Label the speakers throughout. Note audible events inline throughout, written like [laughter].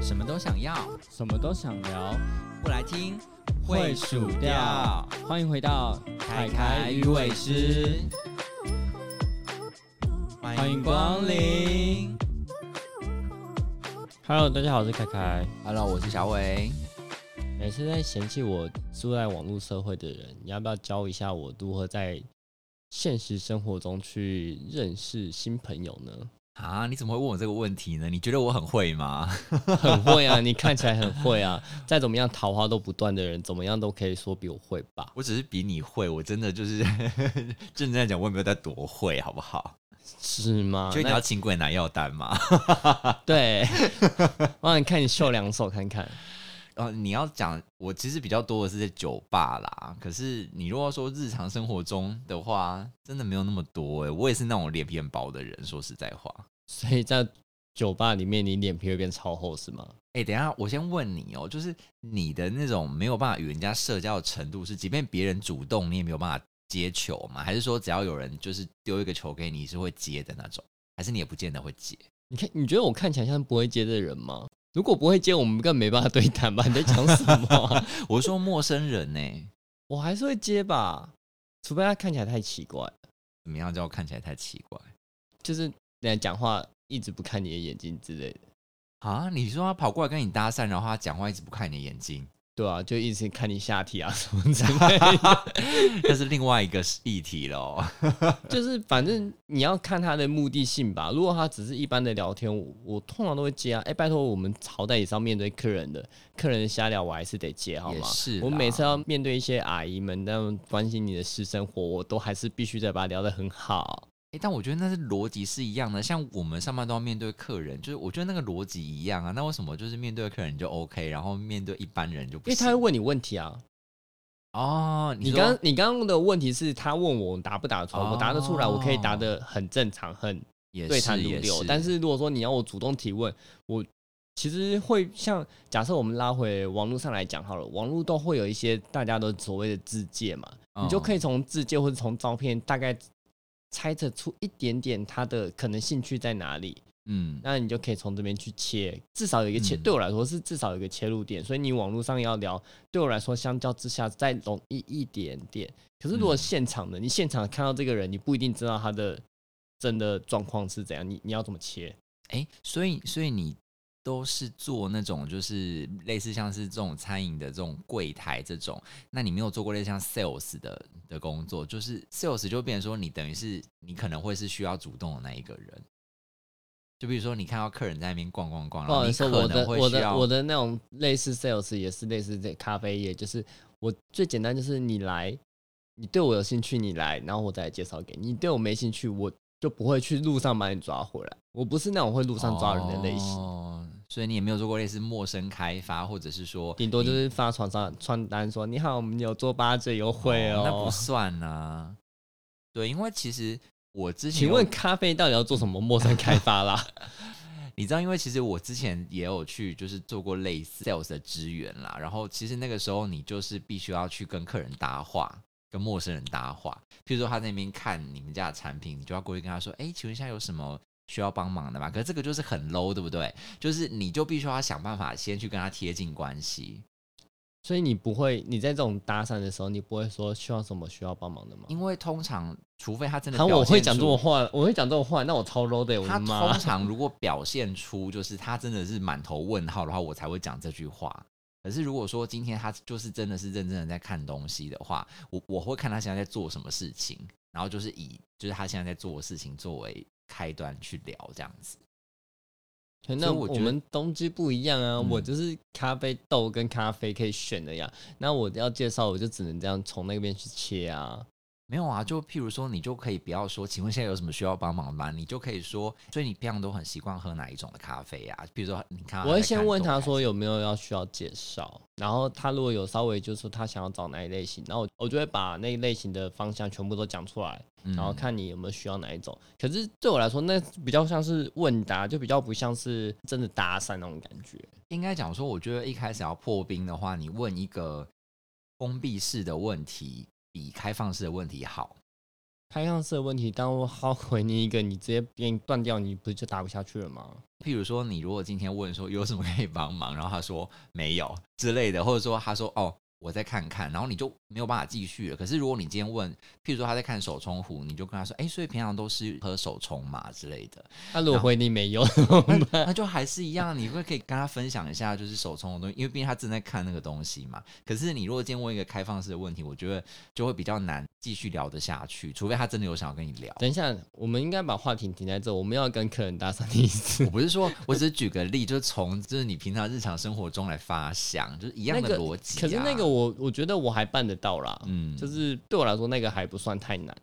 Speaker 1: 什么都想要，
Speaker 2: 什么都想聊，
Speaker 1: 不来听
Speaker 2: 会数掉。欢迎回到
Speaker 1: 凯凯与伟师，
Speaker 2: 欢迎光临。Hello，大家好，我是凯凯。
Speaker 1: Hello，我是小伟。
Speaker 2: 每次在嫌弃我住在网络社会的人，你要不要教一下我如何在现实生活中去认识新朋友呢？ [laughs]
Speaker 1: 啊，你怎么会问我这个问题呢？你觉得我很会吗？
Speaker 2: 很会啊，你看起来很会啊。再怎么样桃花都不断的人，怎么样都可以说比我会吧？
Speaker 1: 我只是比你会，我真的就是 [laughs] 认真在讲，我也没有在多会，好不好？
Speaker 2: 是吗？
Speaker 1: 就你
Speaker 2: 那
Speaker 1: 要请鬼拿药单嘛？
Speaker 2: 对， [laughs] 我想看你秀两手看看。
Speaker 1: 呃，你要讲我其实比较多的是在酒吧啦，可是你如果说日常生活中的话，真的没有那么多哎、我也是那种脸皮很薄的人，说实在话。
Speaker 2: 所以在酒吧里面，你脸皮会变超厚是吗？
Speaker 1: 哎、等一下，我先问你哦，就是你的那种没有办法与人家社交的程度，是即便别人主动，你也没有办法接球吗？还是说只要有人就是丢一个球给你，你是会接的那种？还是你也不见得会接？
Speaker 2: 你看，你觉得我看起来像不会接的人吗？如果不会接，我们更没办法对谈吧？你在讲什么啊、 [laughs]
Speaker 1: 我是说陌生人呢、欸
Speaker 2: 我还是会接吧，除非他看起来太奇怪，
Speaker 1: 怎么样叫看起来太奇怪
Speaker 2: 就是人家讲话一直不看你的眼睛之类的，
Speaker 1: 啊？你说他跑过来跟你搭讪，然后他讲话一直不看你的眼睛，
Speaker 2: 对啊，就一直看你下体啊什么之类的，
Speaker 1: 这是另外一个议题喽。
Speaker 2: 就是反正你要看他的目的性吧。如果他只是一般的聊天，我我通常都会接啊。哎、拜托，我们好歹也是要面对客人的，客人的瞎聊我还是得接好
Speaker 1: 也
Speaker 2: 吗？
Speaker 1: 是啦
Speaker 2: 我每次要面对一些阿姨们，那种关心你的私生活，我都还是必须得把它聊得很好。
Speaker 1: 欸，但我觉得那是逻辑是一样的，像我们上班都要面对客人，就是我觉得那个逻辑一样啊。那为什么就是面对客人就 OK，然后面对一般人就不
Speaker 2: 因为
Speaker 1: 行？
Speaker 2: 他会问你问题啊，
Speaker 1: 哦，
Speaker 2: 你
Speaker 1: 说
Speaker 2: 刚你刚刚的问题是他问我答不答得出来，我答得出来，我可以
Speaker 1: 哦
Speaker 2: 答得很正常，很
Speaker 1: 也
Speaker 2: 对
Speaker 1: 是
Speaker 2: 谈如
Speaker 1: 也
Speaker 2: 流。但是如果说你要我主动提问，我其实会像假设我们拉回网络上来讲好了，网络都会有一些大家的所谓的字界嘛，你就可以
Speaker 1: 以
Speaker 2: 从字界或者从照片大概猜测出一点点他的可能兴趣在哪里，
Speaker 1: 嗯
Speaker 2: 那你就可以从这边去切，至少有一个切，
Speaker 1: 嗯
Speaker 2: 对我来说是至少有一个切入点，所以你网络上要聊，对我来说相较之下再容易一点点。可是如果
Speaker 1: 嗯
Speaker 2: 现场的，你现场看到这个人，你不一定知道他的真的状况是怎样，你你要怎么切？
Speaker 1: 哎、所以所以你都是做那种就是类似像是这种餐饮的这种柜台这种，那你没有做过类似像 sales 的的工作，就是 sales 就变成说你等于是你可能会是需要主动的那一个人。就比如说，你看到客人在那边逛逛逛，
Speaker 2: 不
Speaker 1: 然后
Speaker 2: 好
Speaker 1: 啊
Speaker 2: 意
Speaker 1: 你
Speaker 2: 思，
Speaker 1: 可
Speaker 2: 我
Speaker 1: 能
Speaker 2: 的
Speaker 1: 会
Speaker 2: 我
Speaker 1: 需
Speaker 2: 的
Speaker 1: 要
Speaker 2: 我的那种类似 sales 也是类似这咖啡业，就是我最简单就是你来，你对我有兴趣你来，然后我再来介绍给你；你对我没兴趣，我就不会去路上把你抓回来。我不是那种会路上抓人的类型。
Speaker 1: 哦，所以你也没有做过类似陌生开发，或者是说
Speaker 2: 顶多就
Speaker 1: 你
Speaker 2: 是发床上传单说你好，我们有做八折优惠哦。
Speaker 1: 那不算啊。对，因为其实我之前
Speaker 2: 请
Speaker 1: 有
Speaker 2: 问咖啡到底要做什么陌生开发
Speaker 1: [laughs]
Speaker 2: 啦？
Speaker 1: 你知道，因为其实我之前也有去，就是做过类似 sales 的支援啦。然后其实那个时候你就是必须要去跟客人搭话，跟陌生人搭话。譬如说他在那边看你们家的产品，你就要过去跟他说：“哎、请问一下有什么需要帮忙的吗？”可是这个就是很 low，对不对？就是你就必须要想办法先去跟他贴近关系，
Speaker 2: 所以你不会，你在这种搭讪的时候，你不会说需要什么需要帮忙的吗？
Speaker 1: 因为通常除非他真的
Speaker 2: 好，我
Speaker 1: 表现
Speaker 2: 会讲这
Speaker 1: 出
Speaker 2: 种话，我会讲这种话，那我超 low 的，我
Speaker 1: 他
Speaker 2: 的妈
Speaker 1: 通！常如果表现出就是他真的是满头问号的话，我才会讲这句话。可是如果说今天他就是真的是认真的在看东西的话，我我会看他现在在做什么事情，然后就是以就是他现在在做的事情作为开端去聊这样子。所
Speaker 2: 那
Speaker 1: 以我觉
Speaker 2: 我
Speaker 1: 得
Speaker 2: 们东西不一样啊，
Speaker 1: 嗯
Speaker 2: 我就是咖啡豆跟咖啡可以选的呀。那我要介绍，我就只能这样从那边去切啊。
Speaker 1: 没有啊，就譬如说，你就可以不要说，请问现在有什么需要帮忙吗？你就可以说，所以你平常都很习惯喝哪一种的咖啡啊？比如说，你看，
Speaker 2: 我会先问他说，有没有要需要介绍，然后他如果有稍微就是说他想要找哪一类型，然后我我就会把那一类型的方向全部都讲出来，
Speaker 1: 嗯
Speaker 2: 然后看你有没有需要哪一种。可是对我来说，那比较像是问答，就比较不像是真的搭讪那种感觉。
Speaker 1: 应该讲说，我觉得一开始要破冰的话，你问一个封闭式的问题比开放式的问题好。
Speaker 2: 开放式的问题，当我好回你一个，你直接给你断掉，你不是就答不下去了吗？
Speaker 1: 譬如说，你如果今天问说有什么可以帮忙，然后他说没有之类的，或者说他说哦我再看看，然后你就没有办法继续了。可是如果你今天问，譬如说他在看手冲壶，你就跟他说，哎、所以平常都是喝手冲嘛之类的，
Speaker 2: 那、如果
Speaker 1: 然后
Speaker 2: 回你没
Speaker 1: [laughs]
Speaker 2: 用，怎么办 [laughs]
Speaker 1: 那就还是一样，你会可以跟他分享一下就是手冲的东西，因为毕竟他正在看那个东西嘛。可是你如果今天问一个开放式的问题，我觉得就会比较难继续聊得下去，除非他真的有想要跟你聊。
Speaker 2: 等一下，我们应该把话题停在这，我们要跟客人搭上第一次
Speaker 1: 我。不是说，我只是举个例，就是从就是你平常日常生活中来发想，就是一样
Speaker 2: 那
Speaker 1: 的
Speaker 2: 个
Speaker 1: 逻辑、啊
Speaker 2: 可是那个，我我觉得我还办得到啦，
Speaker 1: 嗯，就
Speaker 2: 就是是对我来说那个还不算太难，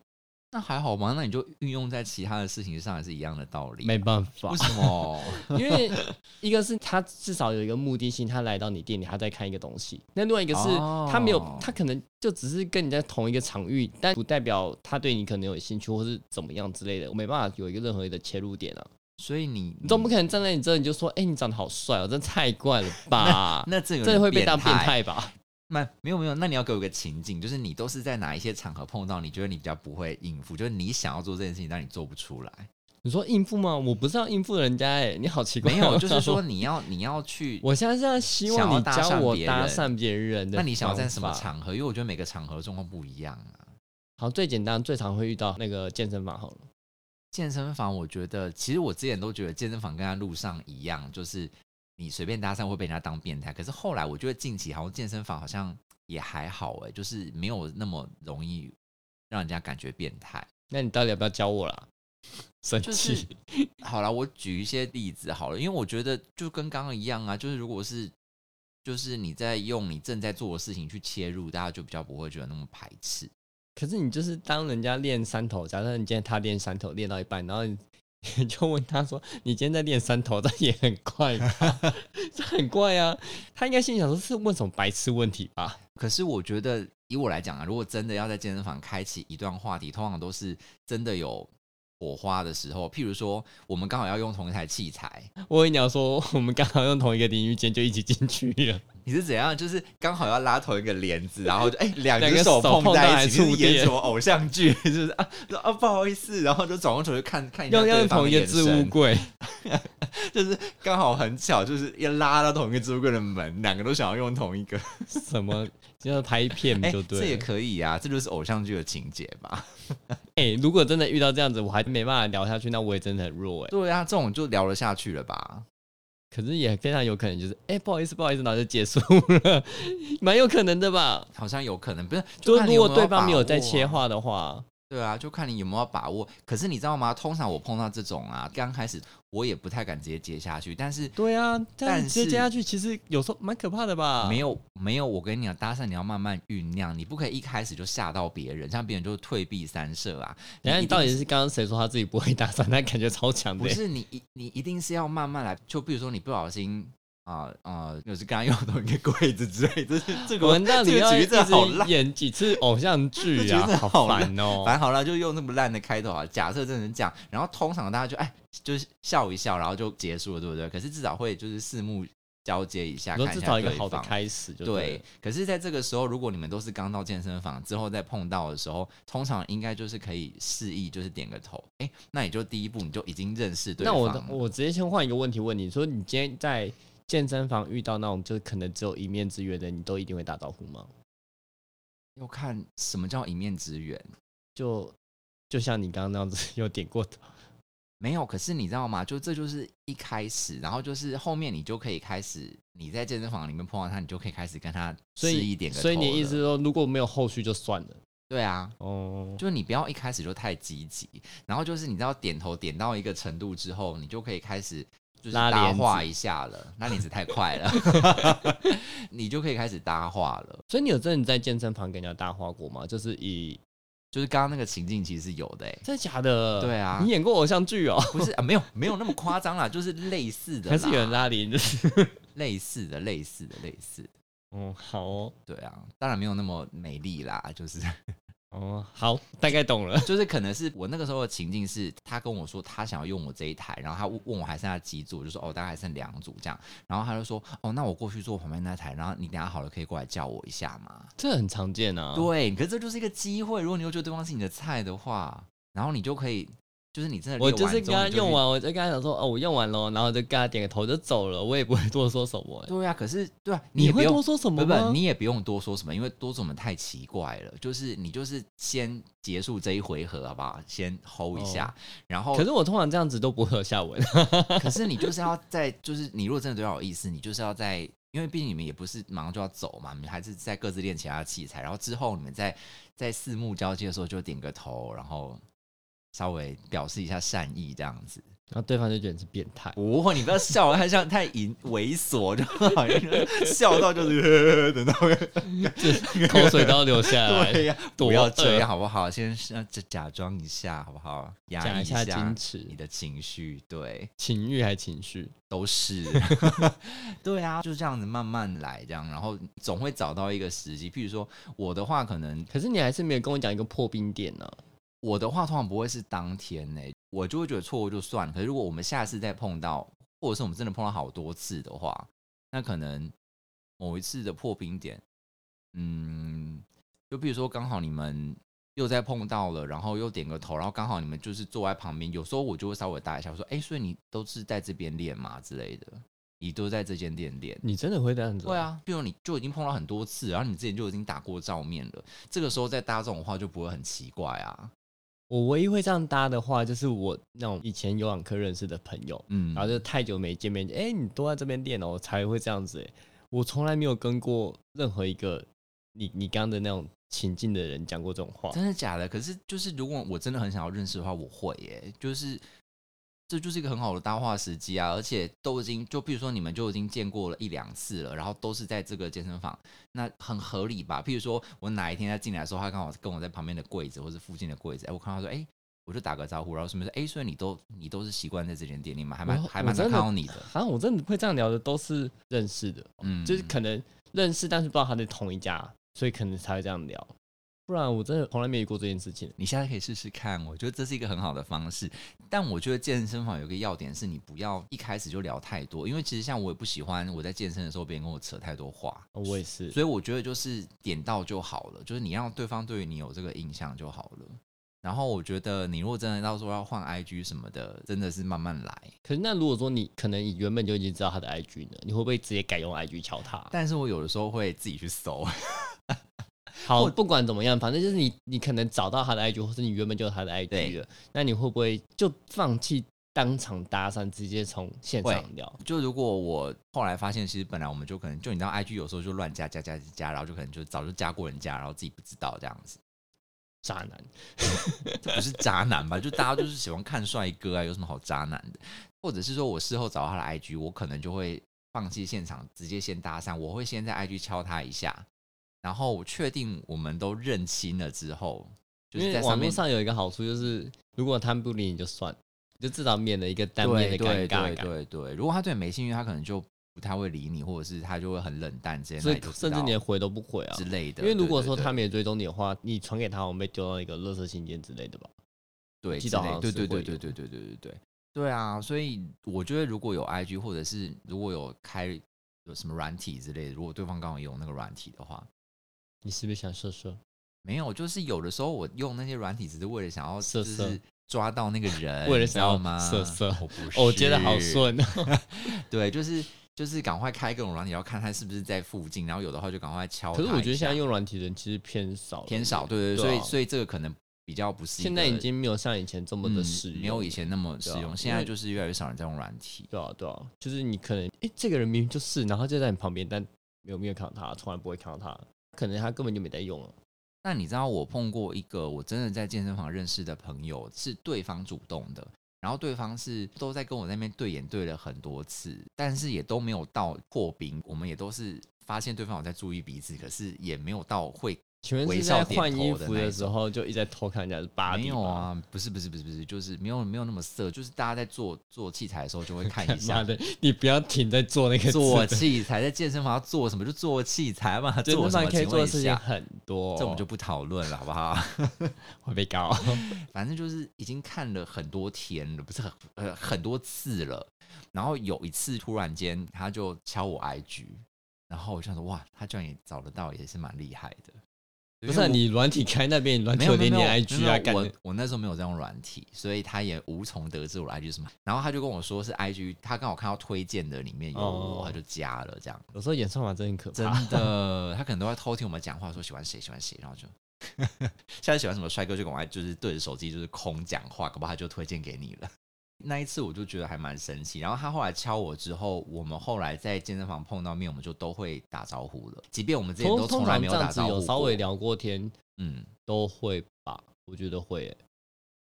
Speaker 1: 那还好嘛，那你就运用在其他的事情上也是一样的道理。
Speaker 2: 没办法
Speaker 1: 为，什么？ [laughs]
Speaker 2: 因为一个是他至少有一个目的性，他来到你店里他在看一个东西，那另外一个是
Speaker 1: 哦
Speaker 2: 他没有，他可能就只是跟你在同一个场域，但不代表他对你可能有兴趣或是怎么样之类的，我没办法有一个任何的切入点啊，
Speaker 1: 所以你，
Speaker 2: 你总不可能站在你这里就说，哎、你长得好帅哦，这太怪了吧 [laughs]
Speaker 1: 那这有
Speaker 2: 这
Speaker 1: 点
Speaker 2: 会被当变
Speaker 1: 变态。
Speaker 2: 态吧？
Speaker 1: 那没有没有，那你要给我一个情境，就是你都是在哪一些场合碰到，你觉得你比较不会应付，就是你想要做这件事情，但你做不出
Speaker 2: [laughs]
Speaker 1: 来。
Speaker 2: 你说应付吗？我不是要应付人家哎、你好奇怪、
Speaker 1: 没有，就是说，你要你要去，
Speaker 2: [laughs] 我现在是要希望你教我搭讪别人的。
Speaker 1: 那你想要在什么？场合？因为我觉得每个场合状况不一样啊。
Speaker 2: 好，最简单最常会遇到那个健身房好了，
Speaker 1: 健身房，我觉得其实我之前都觉得健身房跟在路上一样，就是你随便搭讪会被人家当变态。可是后来我觉得近期好像健身房好像也还好哎、就是没有那么容易让人家感觉变态。
Speaker 2: 那你到底要不要教我啦？ [laughs] 生
Speaker 1: 就
Speaker 2: 气、
Speaker 1: 是 [laughs] 好了，我举一些例子好了，因为我觉得就跟刚刚一样啊，就是如果是就是你在用你正在做的事情去切入，大家就比较不会觉得那么排斥。
Speaker 2: 可是你就是当人家练三头，假设你今天他练三头练到一半，然后你 [laughs] 你就问他说：“你今天在练三头，这也很怪吧？ [laughs] 这很怪啊！”他应该心里想说：“是问什么白痴问题吧
Speaker 1: 可是我觉得以我来讲啊，如果真的要在健身房开启一段话题，通常都是真的有火花的时候，譬如说我们刚好要用同一台器材，？”
Speaker 2: 我跟你讲说，我们刚好用同一个淋浴间就一起进去了。
Speaker 1: [laughs] 你是怎样？就是刚好要拉同一个帘
Speaker 2: [laughs]
Speaker 1: 子，然后就哎两
Speaker 2: 两
Speaker 1: 只
Speaker 2: 个手
Speaker 1: 碰
Speaker 2: 碰到
Speaker 1: 在
Speaker 2: 还
Speaker 1: 一起，就是
Speaker 2: 触
Speaker 1: 演
Speaker 2: 电
Speaker 1: 什么偶像剧， [laughs] 就是啊说啊不好意思，然后就转过头去看看一下
Speaker 2: 要
Speaker 1: 对
Speaker 2: 要
Speaker 1: 方
Speaker 2: 同
Speaker 1: 的
Speaker 2: 一个
Speaker 1: 眼
Speaker 2: 置物
Speaker 1: 神
Speaker 2: 柜，
Speaker 1: [laughs] 就是刚好很巧，就是要拉到同一个置物柜的门，两个都想要用同一个，
Speaker 2: 什么就是拍片
Speaker 1: 哎、
Speaker 2: 嗯就
Speaker 1: 这也
Speaker 2: 对了。
Speaker 1: 可以啊，这就是偶像剧的情节
Speaker 2: [laughs]
Speaker 1: 吧？
Speaker 2: 哎、如果真的遇到这样子，我还没办法聊下去，那我也真的很弱哎、
Speaker 1: 对啊，这种就聊得下去了吧？
Speaker 2: 可是也非常有可能就是，哎、不好意思，不好意思，然后就结束了， [laughs] 蛮有可能的吧？
Speaker 1: 好像有可能，不是？
Speaker 2: 就
Speaker 1: 看
Speaker 2: 如
Speaker 1: 你有
Speaker 2: 果
Speaker 1: 没
Speaker 2: 对方没有
Speaker 1: 把
Speaker 2: 在
Speaker 1: 握
Speaker 2: 切
Speaker 1: 啊，
Speaker 2: 话的话，
Speaker 1: 对啊，就看你有没有把握。可是你知道吗？通常我碰到这种啊，刚开始我也不太敢直接接下去，但是
Speaker 2: 对啊，这样
Speaker 1: 但
Speaker 2: 直接
Speaker 1: 是
Speaker 2: 接下去其实有时候蛮可怕的吧？
Speaker 1: 没有没有，我跟你讲，搭讪你要慢慢酝酿，你不可以一开始就吓到别人，像别人就是退避三舍啊。
Speaker 2: 等一下
Speaker 1: 一
Speaker 2: 你
Speaker 1: 定
Speaker 2: 到底是刚刚谁说他自己不会搭讪？那感觉超强的
Speaker 1: 不
Speaker 2: 欸、
Speaker 1: 是你一你一定是要慢慢来，就比如说你不小心啊啊，有、时刚刚用同一个柜子之类，这是这个
Speaker 2: [laughs] 我们到底
Speaker 1: 这个
Speaker 2: 要
Speaker 1: 举
Speaker 2: 一
Speaker 1: 例真的好
Speaker 2: 直
Speaker 1: 烂
Speaker 2: 演几次偶像剧
Speaker 1: 这
Speaker 2: 啊
Speaker 1: 个举例真的？好烂
Speaker 2: 烦哦、
Speaker 1: 反正好了，就用那么烂的开头啊。假设真的是这样，然后通常大家就哎就是笑一笑，然后就结束了，对不对？可是至少会就是四目交接一下，
Speaker 2: 你说
Speaker 1: 看
Speaker 2: 至
Speaker 1: 一
Speaker 2: 少
Speaker 1: 下
Speaker 2: 一个
Speaker 1: 对
Speaker 2: 好的
Speaker 1: 方。啊
Speaker 2: 开始就对
Speaker 1: 对
Speaker 2: 了，，
Speaker 1: 可是在这个时候，如果你们都是刚到健身房之后再碰到的时候，通常应该就是可以示意，就是点个头。哎，那你就第一步你就已经认识对
Speaker 2: 那
Speaker 1: 方
Speaker 2: 我
Speaker 1: 了。
Speaker 2: 我直接先换一个问题问你，说你今天在健身房遇到那种就是可能只有一面之缘的，你都一定会打招呼吗？
Speaker 1: 要看什么叫一面之缘。
Speaker 2: 就就像你刚刚那样子 [laughs] 有点过头，
Speaker 1: 没有，可是你知道吗？就这就是一开始，然后就是后面你就可以开始，你在健身房里面碰到他，你就可以开始跟他
Speaker 2: 所
Speaker 1: 示
Speaker 2: 以
Speaker 1: 意点个头
Speaker 2: 所以你的意思是
Speaker 1: 了
Speaker 2: 说，如果没有后续就算了
Speaker 1: 对啊，
Speaker 2: 哦。
Speaker 1: 就是你不要一开始就太积极，然后就是你知道点头点到一个程度之后，你就可以开始就是
Speaker 2: 拉
Speaker 1: 搭
Speaker 2: 帘子
Speaker 1: 话一下了，那帘子太快
Speaker 2: [laughs]
Speaker 1: 了，你就可以开始搭话了。
Speaker 2: 所以你有真的在健身房跟人家搭话过吗？就是以
Speaker 1: 就是刚刚那个情境其实是有的、欸，
Speaker 2: 真的假的？
Speaker 1: 对啊
Speaker 2: 你演过偶像剧哦、
Speaker 1: 不是啊，没有没有那么夸张啦，就是类似的啦，
Speaker 2: [laughs] 还是有人拉帘子？
Speaker 1: 类似的类似的类似的。
Speaker 2: 嗯，好哦。
Speaker 1: 对啊，当然没有那么美丽啦，就是
Speaker 2: 哦，好，大概懂了。 [laughs]
Speaker 1: 就是可能是我那个时候的情境是，他跟我说他想要用我这一台，然后他问我还剩下几组，我就说哦，大概还剩两组这样，然后他就说哦，那我过去坐旁边那台，然后你等下好了可以过来叫我一下嘛。
Speaker 2: 这很常见啊。
Speaker 1: 对，可是这就是一个机会，如果你又觉得对方是你的菜的话，然后你就可以，就是你真的
Speaker 2: 我
Speaker 1: 练
Speaker 2: 就是
Speaker 1: 完之
Speaker 2: 跟
Speaker 1: 后
Speaker 2: 他
Speaker 1: 你就
Speaker 2: 用
Speaker 1: 去
Speaker 2: 完，我就跟他讲说，哦，我用完了，然后就跟他点个头就走了，我也不会多说什么、欸
Speaker 1: 对啊，可是对啊，
Speaker 2: 你
Speaker 1: 也不
Speaker 2: 会
Speaker 1: 用
Speaker 2: 多说什么
Speaker 1: 不
Speaker 2: 吗？
Speaker 1: 不，你也不用多说什么，因为多说我们太奇怪了。就是你就是先结束这一回合，好不好？先 hold 一下，然后
Speaker 2: 哦可是我通常这样子都不会有下
Speaker 1: [laughs]
Speaker 2: 文。
Speaker 1: 可是你就是要在，就是你如果真的对他有意思，你就是要在，因为毕竟你们也不是马上就要走嘛，你们还是在各自练其他器材，然后之后你们在在四目交接的时候就点个头，然后稍微表示一下善意这样子。
Speaker 2: 然后对方就觉得你是变态。 [laughs]
Speaker 1: 不会，你不要笑，太像太淫猥琐，就好像笑到就是 [laughs] 等到
Speaker 2: 口水都要流下
Speaker 1: [laughs] 对
Speaker 2: 来，
Speaker 1: 呀、
Speaker 2: 哎多
Speaker 1: 不要这
Speaker 2: 恶
Speaker 1: 样好不好？先是这假装一下好不好？压
Speaker 2: 讲
Speaker 1: 抑
Speaker 2: 一下矜持
Speaker 1: 你、的情绪，对，
Speaker 2: 情欲还情绪，
Speaker 1: 都是，对啊，就这样子慢慢来，这样，然后总会找到一个时机。譬如说我的话，可能
Speaker 2: 可是你还是没有跟我讲一个破冰点啊呢、
Speaker 1: 我的话通常不会是当天呢、我就会觉得错过就算了。可是如果我们下次再碰到，或者是我们真的碰到好多次的话，那可能某一次的破冰点，嗯，就比如说刚好你们又再碰到了，然后又点个头，然后刚好你们就是坐在旁边，有时候我就会稍微搭一下，我说：“哎、所以你都是在这边练嘛之类的，你都在这间店练。”
Speaker 2: 你真的会这样子？哦
Speaker 1: 对，啊，比如你就已经碰到很多次，然后你之前就已经打过照面了，这个时候再搭这种话就不会很奇怪啊。
Speaker 2: 我唯一会这样搭的话，就是我那种以前游泳课认识的朋友，
Speaker 1: 嗯，
Speaker 2: 然后就太久没见面，哎、你都在这边练哦，我才会这样子、欸。我从来没有跟过任何一个你你刚刚的那种情境的人讲过这种话。
Speaker 1: 真的假的？可是就是如果我真的很想要认识的话，我会耶、就是这就是一个很好的搭话时机啊，而且都已经就比如说你们就已经见过了一两次了，然后都是在这个健身房，那很合理吧？譬如说我哪一天他进来的时候，他刚好跟我在旁边的柜子或是附近的柜子，哎、我看到他说，哎、我就打个招呼，然后顺便说，哎、所以你都你都是习惯在这间店里嘛，还蛮
Speaker 2: 我
Speaker 1: 还
Speaker 2: 我
Speaker 1: 蛮常
Speaker 2: 真
Speaker 1: 看
Speaker 2: 的
Speaker 1: 到你的，
Speaker 2: 好像我真的会这样聊的都是认识的，
Speaker 1: 嗯，
Speaker 2: 就是可能认识，但是不知道他在同一家，所以可能才会这样聊。不然我真的从来没有过这件事情。
Speaker 1: 你下次可以试试看，我觉得这是一个很好的方式。但我觉得健身房有一个要点是你不要一开始就聊太多，因为其实像我也不喜欢我在健身的时候别人跟我扯太多话，
Speaker 2: 哦我也是，
Speaker 1: 所以我觉得就是点到就好了，就是你让对方对于你有这个印象就好了。然后我觉得你如果真的到时候要换 IG 什么的，真的是慢慢来。
Speaker 2: 可是那如果说你可能你原本就已经知道他的 IG 呢，你会不会直接改用 IG 敲他？
Speaker 1: 但是我有的时候会自己去搜， [laughs]
Speaker 2: 好，不管怎么样，反正就是你你可能找到他的 IG，或是你原本就有他的
Speaker 1: 对
Speaker 2: IG 了，那你会不会就放弃当场搭讪，直接从现场聊？
Speaker 1: 就如果我后来发现，其实本来我们就可能就你知道 IG 有时候就乱加加加加，然后就可能就早就加过人家，然后自己不知道这样子。
Speaker 2: 渣男，
Speaker 1: 这不是渣男吧？就大家就是喜欢看帅哥啊，有什么好渣男的？或者是说我事后找到他的 IG，我可能就会放弃现场，直接先搭讪，我会先在 IG 敲他一下，然后我确定我们都认清了之后，就
Speaker 2: 因
Speaker 1: 是
Speaker 2: 为
Speaker 1: 在
Speaker 2: 网
Speaker 1: 上
Speaker 2: 络
Speaker 1: 面
Speaker 2: 上有一个好处就是，如果他们不理你就算，就至少免了一个单面的尴
Speaker 1: 对
Speaker 2: 尬
Speaker 1: 对
Speaker 2: 感。
Speaker 1: 对对，如果他对你没兴趣，他可能就不太会理你，或者是他就会很冷淡之类的，
Speaker 2: 所以
Speaker 1: 那就知
Speaker 2: 甚至
Speaker 1: 道
Speaker 2: 连回都不回啊
Speaker 1: 之。类的。
Speaker 2: 因为如
Speaker 1: 对
Speaker 2: 果
Speaker 1: 对
Speaker 2: 说
Speaker 1: 对
Speaker 2: 他没有追踪你的话，你传给他，我们被丢到一个垃圾信件之类的吧。
Speaker 1: 对，
Speaker 2: 记
Speaker 1: 之
Speaker 2: 得
Speaker 1: 类
Speaker 2: 好像
Speaker 1: 对
Speaker 2: 是
Speaker 1: 对对
Speaker 2: 会
Speaker 1: 对
Speaker 2: 有
Speaker 1: 对对对对对对啊！所以我觉得如果有 IG 或者是如果有开有什么软体之类的，如果对方刚好也有那个软体的话，
Speaker 2: 你是不是想射射？
Speaker 1: 没有，就是有的时候我用那些软体只是为了想要
Speaker 2: 色
Speaker 1: 就
Speaker 2: 色
Speaker 1: 是抓到那个人，
Speaker 2: [laughs] 为
Speaker 1: 你
Speaker 2: 了
Speaker 1: 知
Speaker 2: 想
Speaker 1: 道
Speaker 2: 要
Speaker 1: 吗？
Speaker 2: 色色
Speaker 1: 我不是，
Speaker 2: [laughs] 哦，我觉得好。顺哦。
Speaker 1: [laughs] 对，就是就是赶快开各种软体，然后看他是不是在附近，然后有的话就赶快敲他
Speaker 2: 可
Speaker 1: 一
Speaker 2: 是
Speaker 1: 下。
Speaker 2: 我觉得现在用软体的人其实偏少了，
Speaker 1: 偏少，对对对，
Speaker 2: 对啊
Speaker 1: 所以所以这个可能比较不是一
Speaker 2: 现在
Speaker 1: 个
Speaker 2: 已经没有像以前这么的使
Speaker 1: 嗯
Speaker 2: 用，
Speaker 1: 没有以前那么实
Speaker 2: 对啊
Speaker 1: 用，
Speaker 2: 因
Speaker 1: 现在
Speaker 2: 为
Speaker 1: 就是越来越少人在用软体。
Speaker 2: 对啊，对啊，就是你可能，哎、这个人明明就是，然后就在你旁边，但没有没有看到他，从来不会看到他，可能他根本就没在用啊。
Speaker 1: 那你知道我碰过一个我真的在健身房认识的朋友，是对方主动的，然后对方是都在跟我那边对眼对了很多次，但是也都没有到破冰，我们也都是发现对方有在注意彼此，可是也没有到会
Speaker 2: 请问
Speaker 1: 微
Speaker 2: 是
Speaker 1: 笑
Speaker 2: 在
Speaker 1: 点
Speaker 2: 换
Speaker 1: 头
Speaker 2: 衣
Speaker 1: 的
Speaker 2: 服
Speaker 1: 那
Speaker 2: 的
Speaker 1: 一
Speaker 2: 时候就一直在偷看人家的芭比？
Speaker 1: 没有，啊，不是不是不是不是，就是没有没有那么色，就是大家在做做器材的时候就会看一
Speaker 2: [laughs] 妈
Speaker 1: 下。
Speaker 2: 的，你不要停在 [laughs] 做那个字
Speaker 1: 做器材在健身房要做什么就做器材嘛，
Speaker 2: 真
Speaker 1: 做
Speaker 2: 的
Speaker 1: 什
Speaker 2: 上
Speaker 1: 么
Speaker 2: 可以
Speaker 1: 请
Speaker 2: 做
Speaker 1: 问
Speaker 2: 的
Speaker 1: 一
Speaker 2: 事情
Speaker 1: 下，
Speaker 2: 很多，
Speaker 1: 这我们就不讨论了，好不好？
Speaker 2: 会被
Speaker 1: [laughs]
Speaker 2: 告。
Speaker 1: 反正就是已经看了很多天了，不是很呃很多次了。然后有一次突然间他就敲我 IG，然后我就想说哇，他居然也找得到，也是蛮厉害的。
Speaker 2: 不
Speaker 1: 因为
Speaker 2: 是啊
Speaker 1: 我
Speaker 2: 你软体开那边，你软体
Speaker 1: 没
Speaker 2: 有
Speaker 1: 有没
Speaker 2: 点
Speaker 1: 有
Speaker 2: 点
Speaker 1: 没有
Speaker 2: IG
Speaker 1: 没
Speaker 2: 啊，
Speaker 1: 有
Speaker 2: 干
Speaker 1: 我我那时候没有这种软体，所以他也无从得知我的 IG 是什么。然后他就跟我说是 IG，他刚好看到推荐的里面有我，
Speaker 2: 哦
Speaker 1: 他就加了这样。
Speaker 2: 有时候演算法真的很可
Speaker 1: 真
Speaker 2: 怕。
Speaker 1: 的，他可能都在偷听我们讲话，说喜欢谁喜欢谁，然后就下次喜欢什么帅哥就赶快就是对着手机就是空讲话，搞不好他就推荐给你了。那一次我就觉得还蛮神奇，然后他后来敲我之后，我们后来在健身房碰到面，我们就都会打招呼了，即便我们之前都
Speaker 2: 通通
Speaker 1: 来
Speaker 2: 常
Speaker 1: 没
Speaker 2: 这
Speaker 1: 打
Speaker 2: 样子
Speaker 1: 招呼
Speaker 2: 有
Speaker 1: 过
Speaker 2: 稍微聊过天
Speaker 1: 嗯，
Speaker 2: 都会吧，我觉得会耶。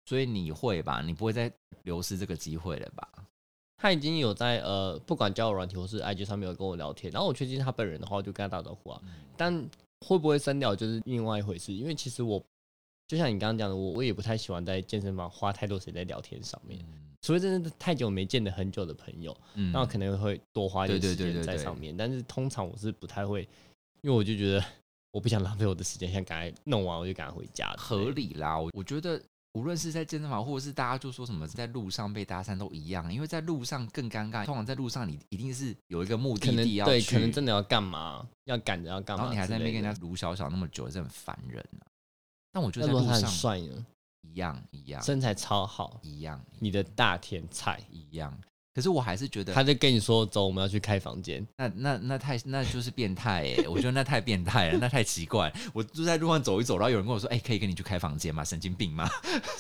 Speaker 1: 所以你会吧？你不会再流失这个机会了吧？
Speaker 2: 他已经有在呃，不管交友软体或是 IG 上面有跟我聊天，然后我确定他本人的话，我就跟他打招呼啊。
Speaker 1: 嗯
Speaker 2: 但会不会深聊就是另外一回事，因为其实我就像你刚刚讲的，我我也不太喜欢在健身房花太多时间在聊天上面，除非真的太久没见的很久的朋友，
Speaker 1: 嗯
Speaker 2: 那我可能会多花一点
Speaker 1: 对
Speaker 2: 时
Speaker 1: 对对
Speaker 2: 间
Speaker 1: 对
Speaker 2: 在
Speaker 1: 对
Speaker 2: 上面。但是通常我是不太会，因为我就觉得我不想浪费我的时间，想赶快弄完我就赶快回家。
Speaker 1: 合
Speaker 2: 对
Speaker 1: 理啦。我我觉得，无论是在健身房，或者是大家就说什么在路上被搭讪都一样，因为在路上更尴尬。通常在路上，你一定是有一个目
Speaker 2: 可
Speaker 1: 的
Speaker 2: 能
Speaker 1: 地要
Speaker 2: 对，
Speaker 1: 去，
Speaker 2: 可能真的要干嘛，要赶着要干
Speaker 1: 然
Speaker 2: 嘛
Speaker 1: 后
Speaker 2: 之类的，
Speaker 1: 你还在那边跟人家卢小小那么久，也是很烦人啊。但我觉
Speaker 2: 那
Speaker 1: 得在
Speaker 2: 如
Speaker 1: 路
Speaker 2: 果他很
Speaker 1: 上
Speaker 2: 帅呢？
Speaker 1: 一样一样
Speaker 2: 身材超好，
Speaker 1: 一样
Speaker 2: 你的大甜菜，
Speaker 1: 一样。可是我还是觉得
Speaker 2: 他就跟你说走，我们要去开房间， [laughs]
Speaker 1: 那那那太那就是变态哎、我觉得那太变态了，那太奇怪了。我就在路上走一走，然后有人跟我说：“哎、可以跟你去开房间吗？”神经病吗？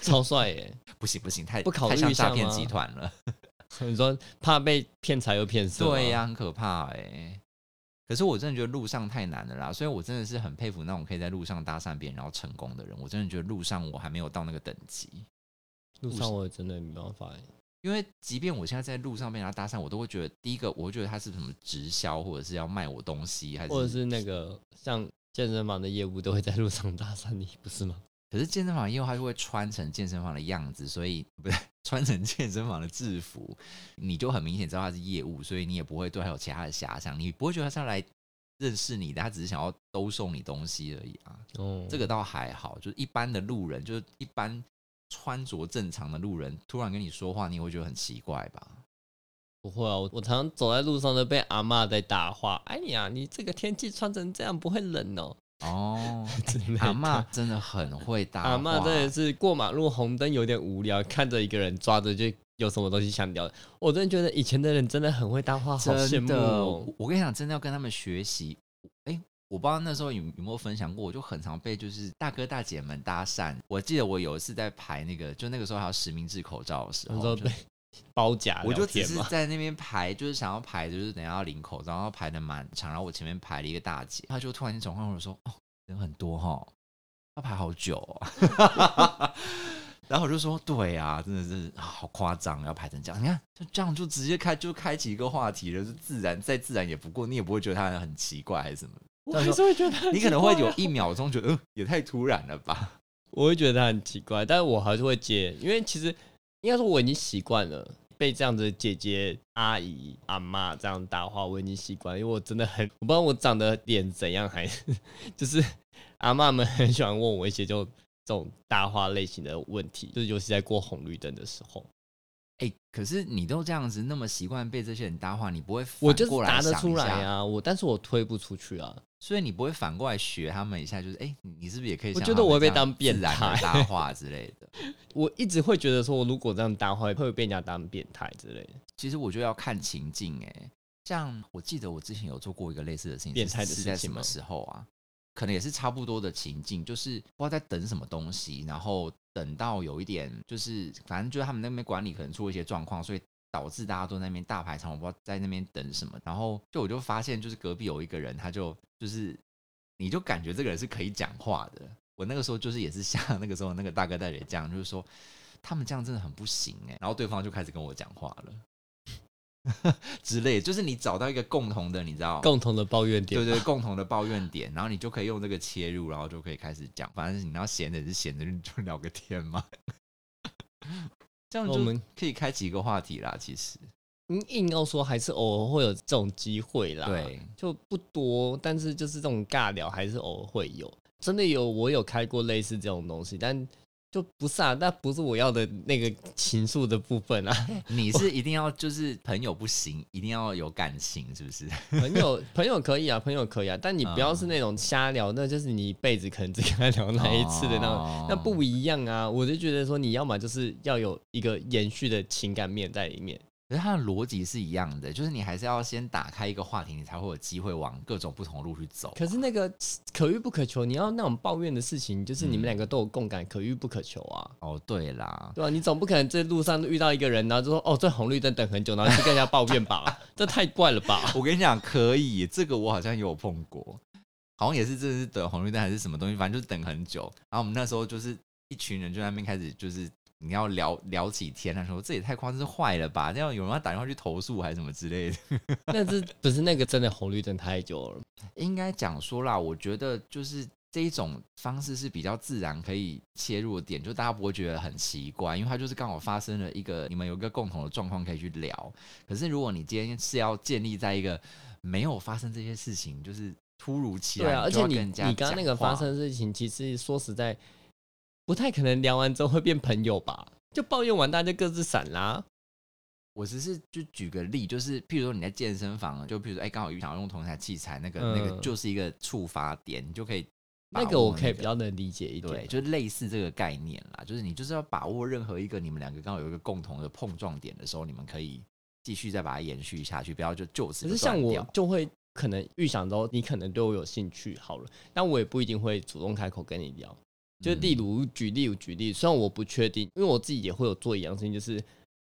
Speaker 2: 超帅
Speaker 1: [laughs]
Speaker 2: 耶！
Speaker 1: 不行不行，太
Speaker 2: 不考虑
Speaker 1: 太像
Speaker 2: 一下
Speaker 1: 诈骗
Speaker 2: 吗
Speaker 1: 集团了。
Speaker 2: 你说怕被骗财又骗色，
Speaker 1: 对呀、、很可怕哎、可是我真的觉得路上太难了啦，所以我真的是很佩服那种可以在路上搭讪别人然后成功的人。我真的觉得路上我还没有到那个等级，
Speaker 2: 路上我真的没办法耶，
Speaker 1: 因为即便我现在在路上被人家搭讪，我都会觉得第一个，我会觉得他是什么直销，或者是要卖我东西，还是
Speaker 2: 或者是那个像健身房的业务都会在路上搭讪你，不是吗？
Speaker 1: 可是健身房业务他就会穿成健身房的样子，所以不是穿成健身房的制服，你就很明显知道他是业务，所以你也不会对他有其他的遐想，你不会觉得他是要来认识你的，他只是想要兜售你东西而已啊。
Speaker 2: 哦，
Speaker 1: 这
Speaker 2: 个
Speaker 1: 个倒还好，就是一般的路人，就是一般穿着正常的路人，突然跟你说话，你也会觉得很奇怪吧？
Speaker 2: 不会啊，我我常常走在路上都被阿嬷在打话，哎呀，你这个天气穿成这样不会冷哦。
Speaker 1: 哦，
Speaker 2: 之类的
Speaker 1: 阿嬷真的很会搭
Speaker 2: 阿嬷
Speaker 1: 话
Speaker 2: 啊真的是过马路红灯有点无聊，看着一个人抓着就有什么东西想聊。我真的觉得以前的人真的很会搭话，好羡
Speaker 1: 真
Speaker 2: 慕
Speaker 1: 的，
Speaker 2: 哦。
Speaker 1: 我跟你讲，真的要跟他们学习。哎、我不知道那时候有有没有分享过，我就很常被就是大哥大姐们搭讪。我记得我有一次在排那个，就那个时候还有实名制口罩的时
Speaker 2: 那
Speaker 1: 候，
Speaker 2: 时候
Speaker 1: 就
Speaker 2: 被 [laughs] 包夹
Speaker 1: 我
Speaker 2: 聊
Speaker 1: 就只
Speaker 2: 天
Speaker 1: 是 [laughs]
Speaker 2: 嘛，
Speaker 1: 在那边排，就是想要排，就是等一下要领口罩，然后排的蛮长，然后我前面排了一个大姐，她就突然间转过来我说：“哦，人很多哈，要排好久、哦。” [laughs] 然后我就说：“对啊，真的是啊好夸张，要排成这样。你看，就这样就直接开就开启一个话题了，就自然再自然也不过，你也不会觉得他很奇怪还是什么。
Speaker 2: [laughs] 我还是会觉得很
Speaker 1: 你可能会
Speaker 2: 奇怪
Speaker 1: 有
Speaker 2: 啊，
Speaker 1: 一秒钟觉得，呃，也太突然了吧？
Speaker 2: 我会觉得他很奇怪，但是我还是会接，因为其实应该说我已经习惯了。被这样子姐姐、阿姨、阿妈这样搭话，我已经习惯了，因为我真的很，我不知道我长得脸怎样还，是就是阿妈们很喜欢问我一些就这种搭话类型的问题，就是尤其在过红绿灯的时候，
Speaker 1: 哎、可是你都这样子，那么习惯被这些人搭话，你不会
Speaker 2: 我
Speaker 1: 反
Speaker 2: 就是
Speaker 1: 过来
Speaker 2: 答得
Speaker 1: 想一
Speaker 2: 出来
Speaker 1: 下
Speaker 2: 啊，我但是我推不出去啊，
Speaker 1: 所以你不会反过来学他们一下，就是哎、诶你你是不是也可以像
Speaker 2: 我
Speaker 1: 他
Speaker 2: 觉
Speaker 1: 们
Speaker 2: 得
Speaker 1: 这样自然地搭话？
Speaker 2: 我会被当变态
Speaker 1: 搭话之类的。
Speaker 2: 我一直会觉得说，我如果这样搭话，会被人家当变态之类的。
Speaker 1: 其实我觉得要看情境、哎，像我记得我之前有做过一个类似的事情，
Speaker 2: 变态的
Speaker 1: 是
Speaker 2: 事
Speaker 1: 是
Speaker 2: 情
Speaker 1: 在什
Speaker 2: 吗
Speaker 1: 么时候啊？可能也是差不多的情境，就是不知道在等什么东西，然后等到有一点就是，反正就是他们那边管理可能出了一些状况，所以导致大家都在那边大排长龙，不知道在那边等什么。然后就我就发现，就是隔壁有一个人，他就就是你就感觉这个人是可以讲话的。我那个时候就是也是像那个时候那个大哥大姐欸这样，就是说他们这样真的很不行哎、然后对方就开始跟我讲话了。 [laughs] 之类，就是你找到一个共同的，你知道，
Speaker 2: 共同的抱怨点
Speaker 1: 对。对，共同的抱怨点，然后你就可以用这个切入，然后就可以开始讲。反正你要闲着也是闲着，就聊个天嘛。 [laughs] 这样
Speaker 2: 我
Speaker 1: 就
Speaker 2: 们
Speaker 1: 可以开启一个话题啦。其实，
Speaker 2: 嗯硬要说，还是偶尔会有这种机会啦。
Speaker 1: 对，
Speaker 2: 就不多，但是就是这种尬聊还是偶尔会有。真的有，我有开过类似这种东西，但就不是啊，那不是我要的那个情愫的部
Speaker 1: [laughs]
Speaker 2: 分啊。
Speaker 1: 你是一定要就是朋友不行，一定要有感情，是不
Speaker 2: [laughs]
Speaker 1: 是？
Speaker 2: 朋友，朋友可以啊，朋友可以啊，但你不
Speaker 1: 嗯
Speaker 2: 要是那种瞎聊，那就是你一辈子可能只跟他聊那一次的那种，
Speaker 1: 哦
Speaker 2: 那不一样啊。我就觉得说，你要么就是要有一个延续的情感面在里面。
Speaker 1: 可是它的逻辑是一样的，就是你还是要先打开一个话题，你才会有机会往各种不同路去走。
Speaker 2: 可是那个可遇不可求，你要那种抱怨的事情，就是你们两个都有共感，可遇不可求啊。
Speaker 1: 哦，对啦，
Speaker 2: 对啊，你总不可能在路上遇到一个人，然后就说哦，在红绿灯等很久，然后去跟人家抱
Speaker 1: [laughs]
Speaker 2: 怨吧，这太怪了吧？
Speaker 1: 我跟你讲，可以，这个我好像也有碰过，好像也是真的是等红绿灯还是什么东西，反正就是等很久。然后我们那时候就是一群人就在那边开始就是你要聊聊起天那时候这也太夸张是坏了吧？这样有人要打电话去投诉还是什么之类的。
Speaker 2: 那是不是那个真的红绿灯太久了？
Speaker 1: 应该讲说啦，我觉得就是这一种方式是比较自然可以切入的点，就大家不会觉得很奇怪，因为它就是刚好发生了一个你们有一个共同的状况可以去聊。可是如果你今天是要建立在一个没有发生这些事情，就是突如其
Speaker 2: 对
Speaker 1: 来，
Speaker 2: 啊，而
Speaker 1: 就要
Speaker 2: 且你
Speaker 1: 跟人家
Speaker 2: 你刚刚那个
Speaker 1: 讲话
Speaker 2: 发生的事情，其实说实在，不太可能聊完之后会变朋友吧？就抱怨完大家就各自散啦。
Speaker 1: 我只是就举个例，就是譬如说你在健身房，就譬如说哎，刚、好想要用同一台器材，那个、那个
Speaker 2: 嗯
Speaker 1: 就是一个触发点，你就可以把
Speaker 2: 那
Speaker 1: 握。
Speaker 2: 个我可以比较能理解一
Speaker 1: 对，
Speaker 2: 点，
Speaker 1: 就类似这个概念啦，就是你就是要把握任何一个你们两个刚好有一个共同的碰撞点的时候，你们可以继续再把它延续下去，不要就就此
Speaker 2: 可
Speaker 1: 就是
Speaker 2: 像
Speaker 1: 断
Speaker 2: 我
Speaker 1: 掉
Speaker 2: 就会可能预想到你可能对我有兴趣，好了，但我也不一定会主动开口跟你聊。就
Speaker 1: 嗯
Speaker 2: 例如举例，举例，虽然我不确定，因为我自己也会有做一样事情，就是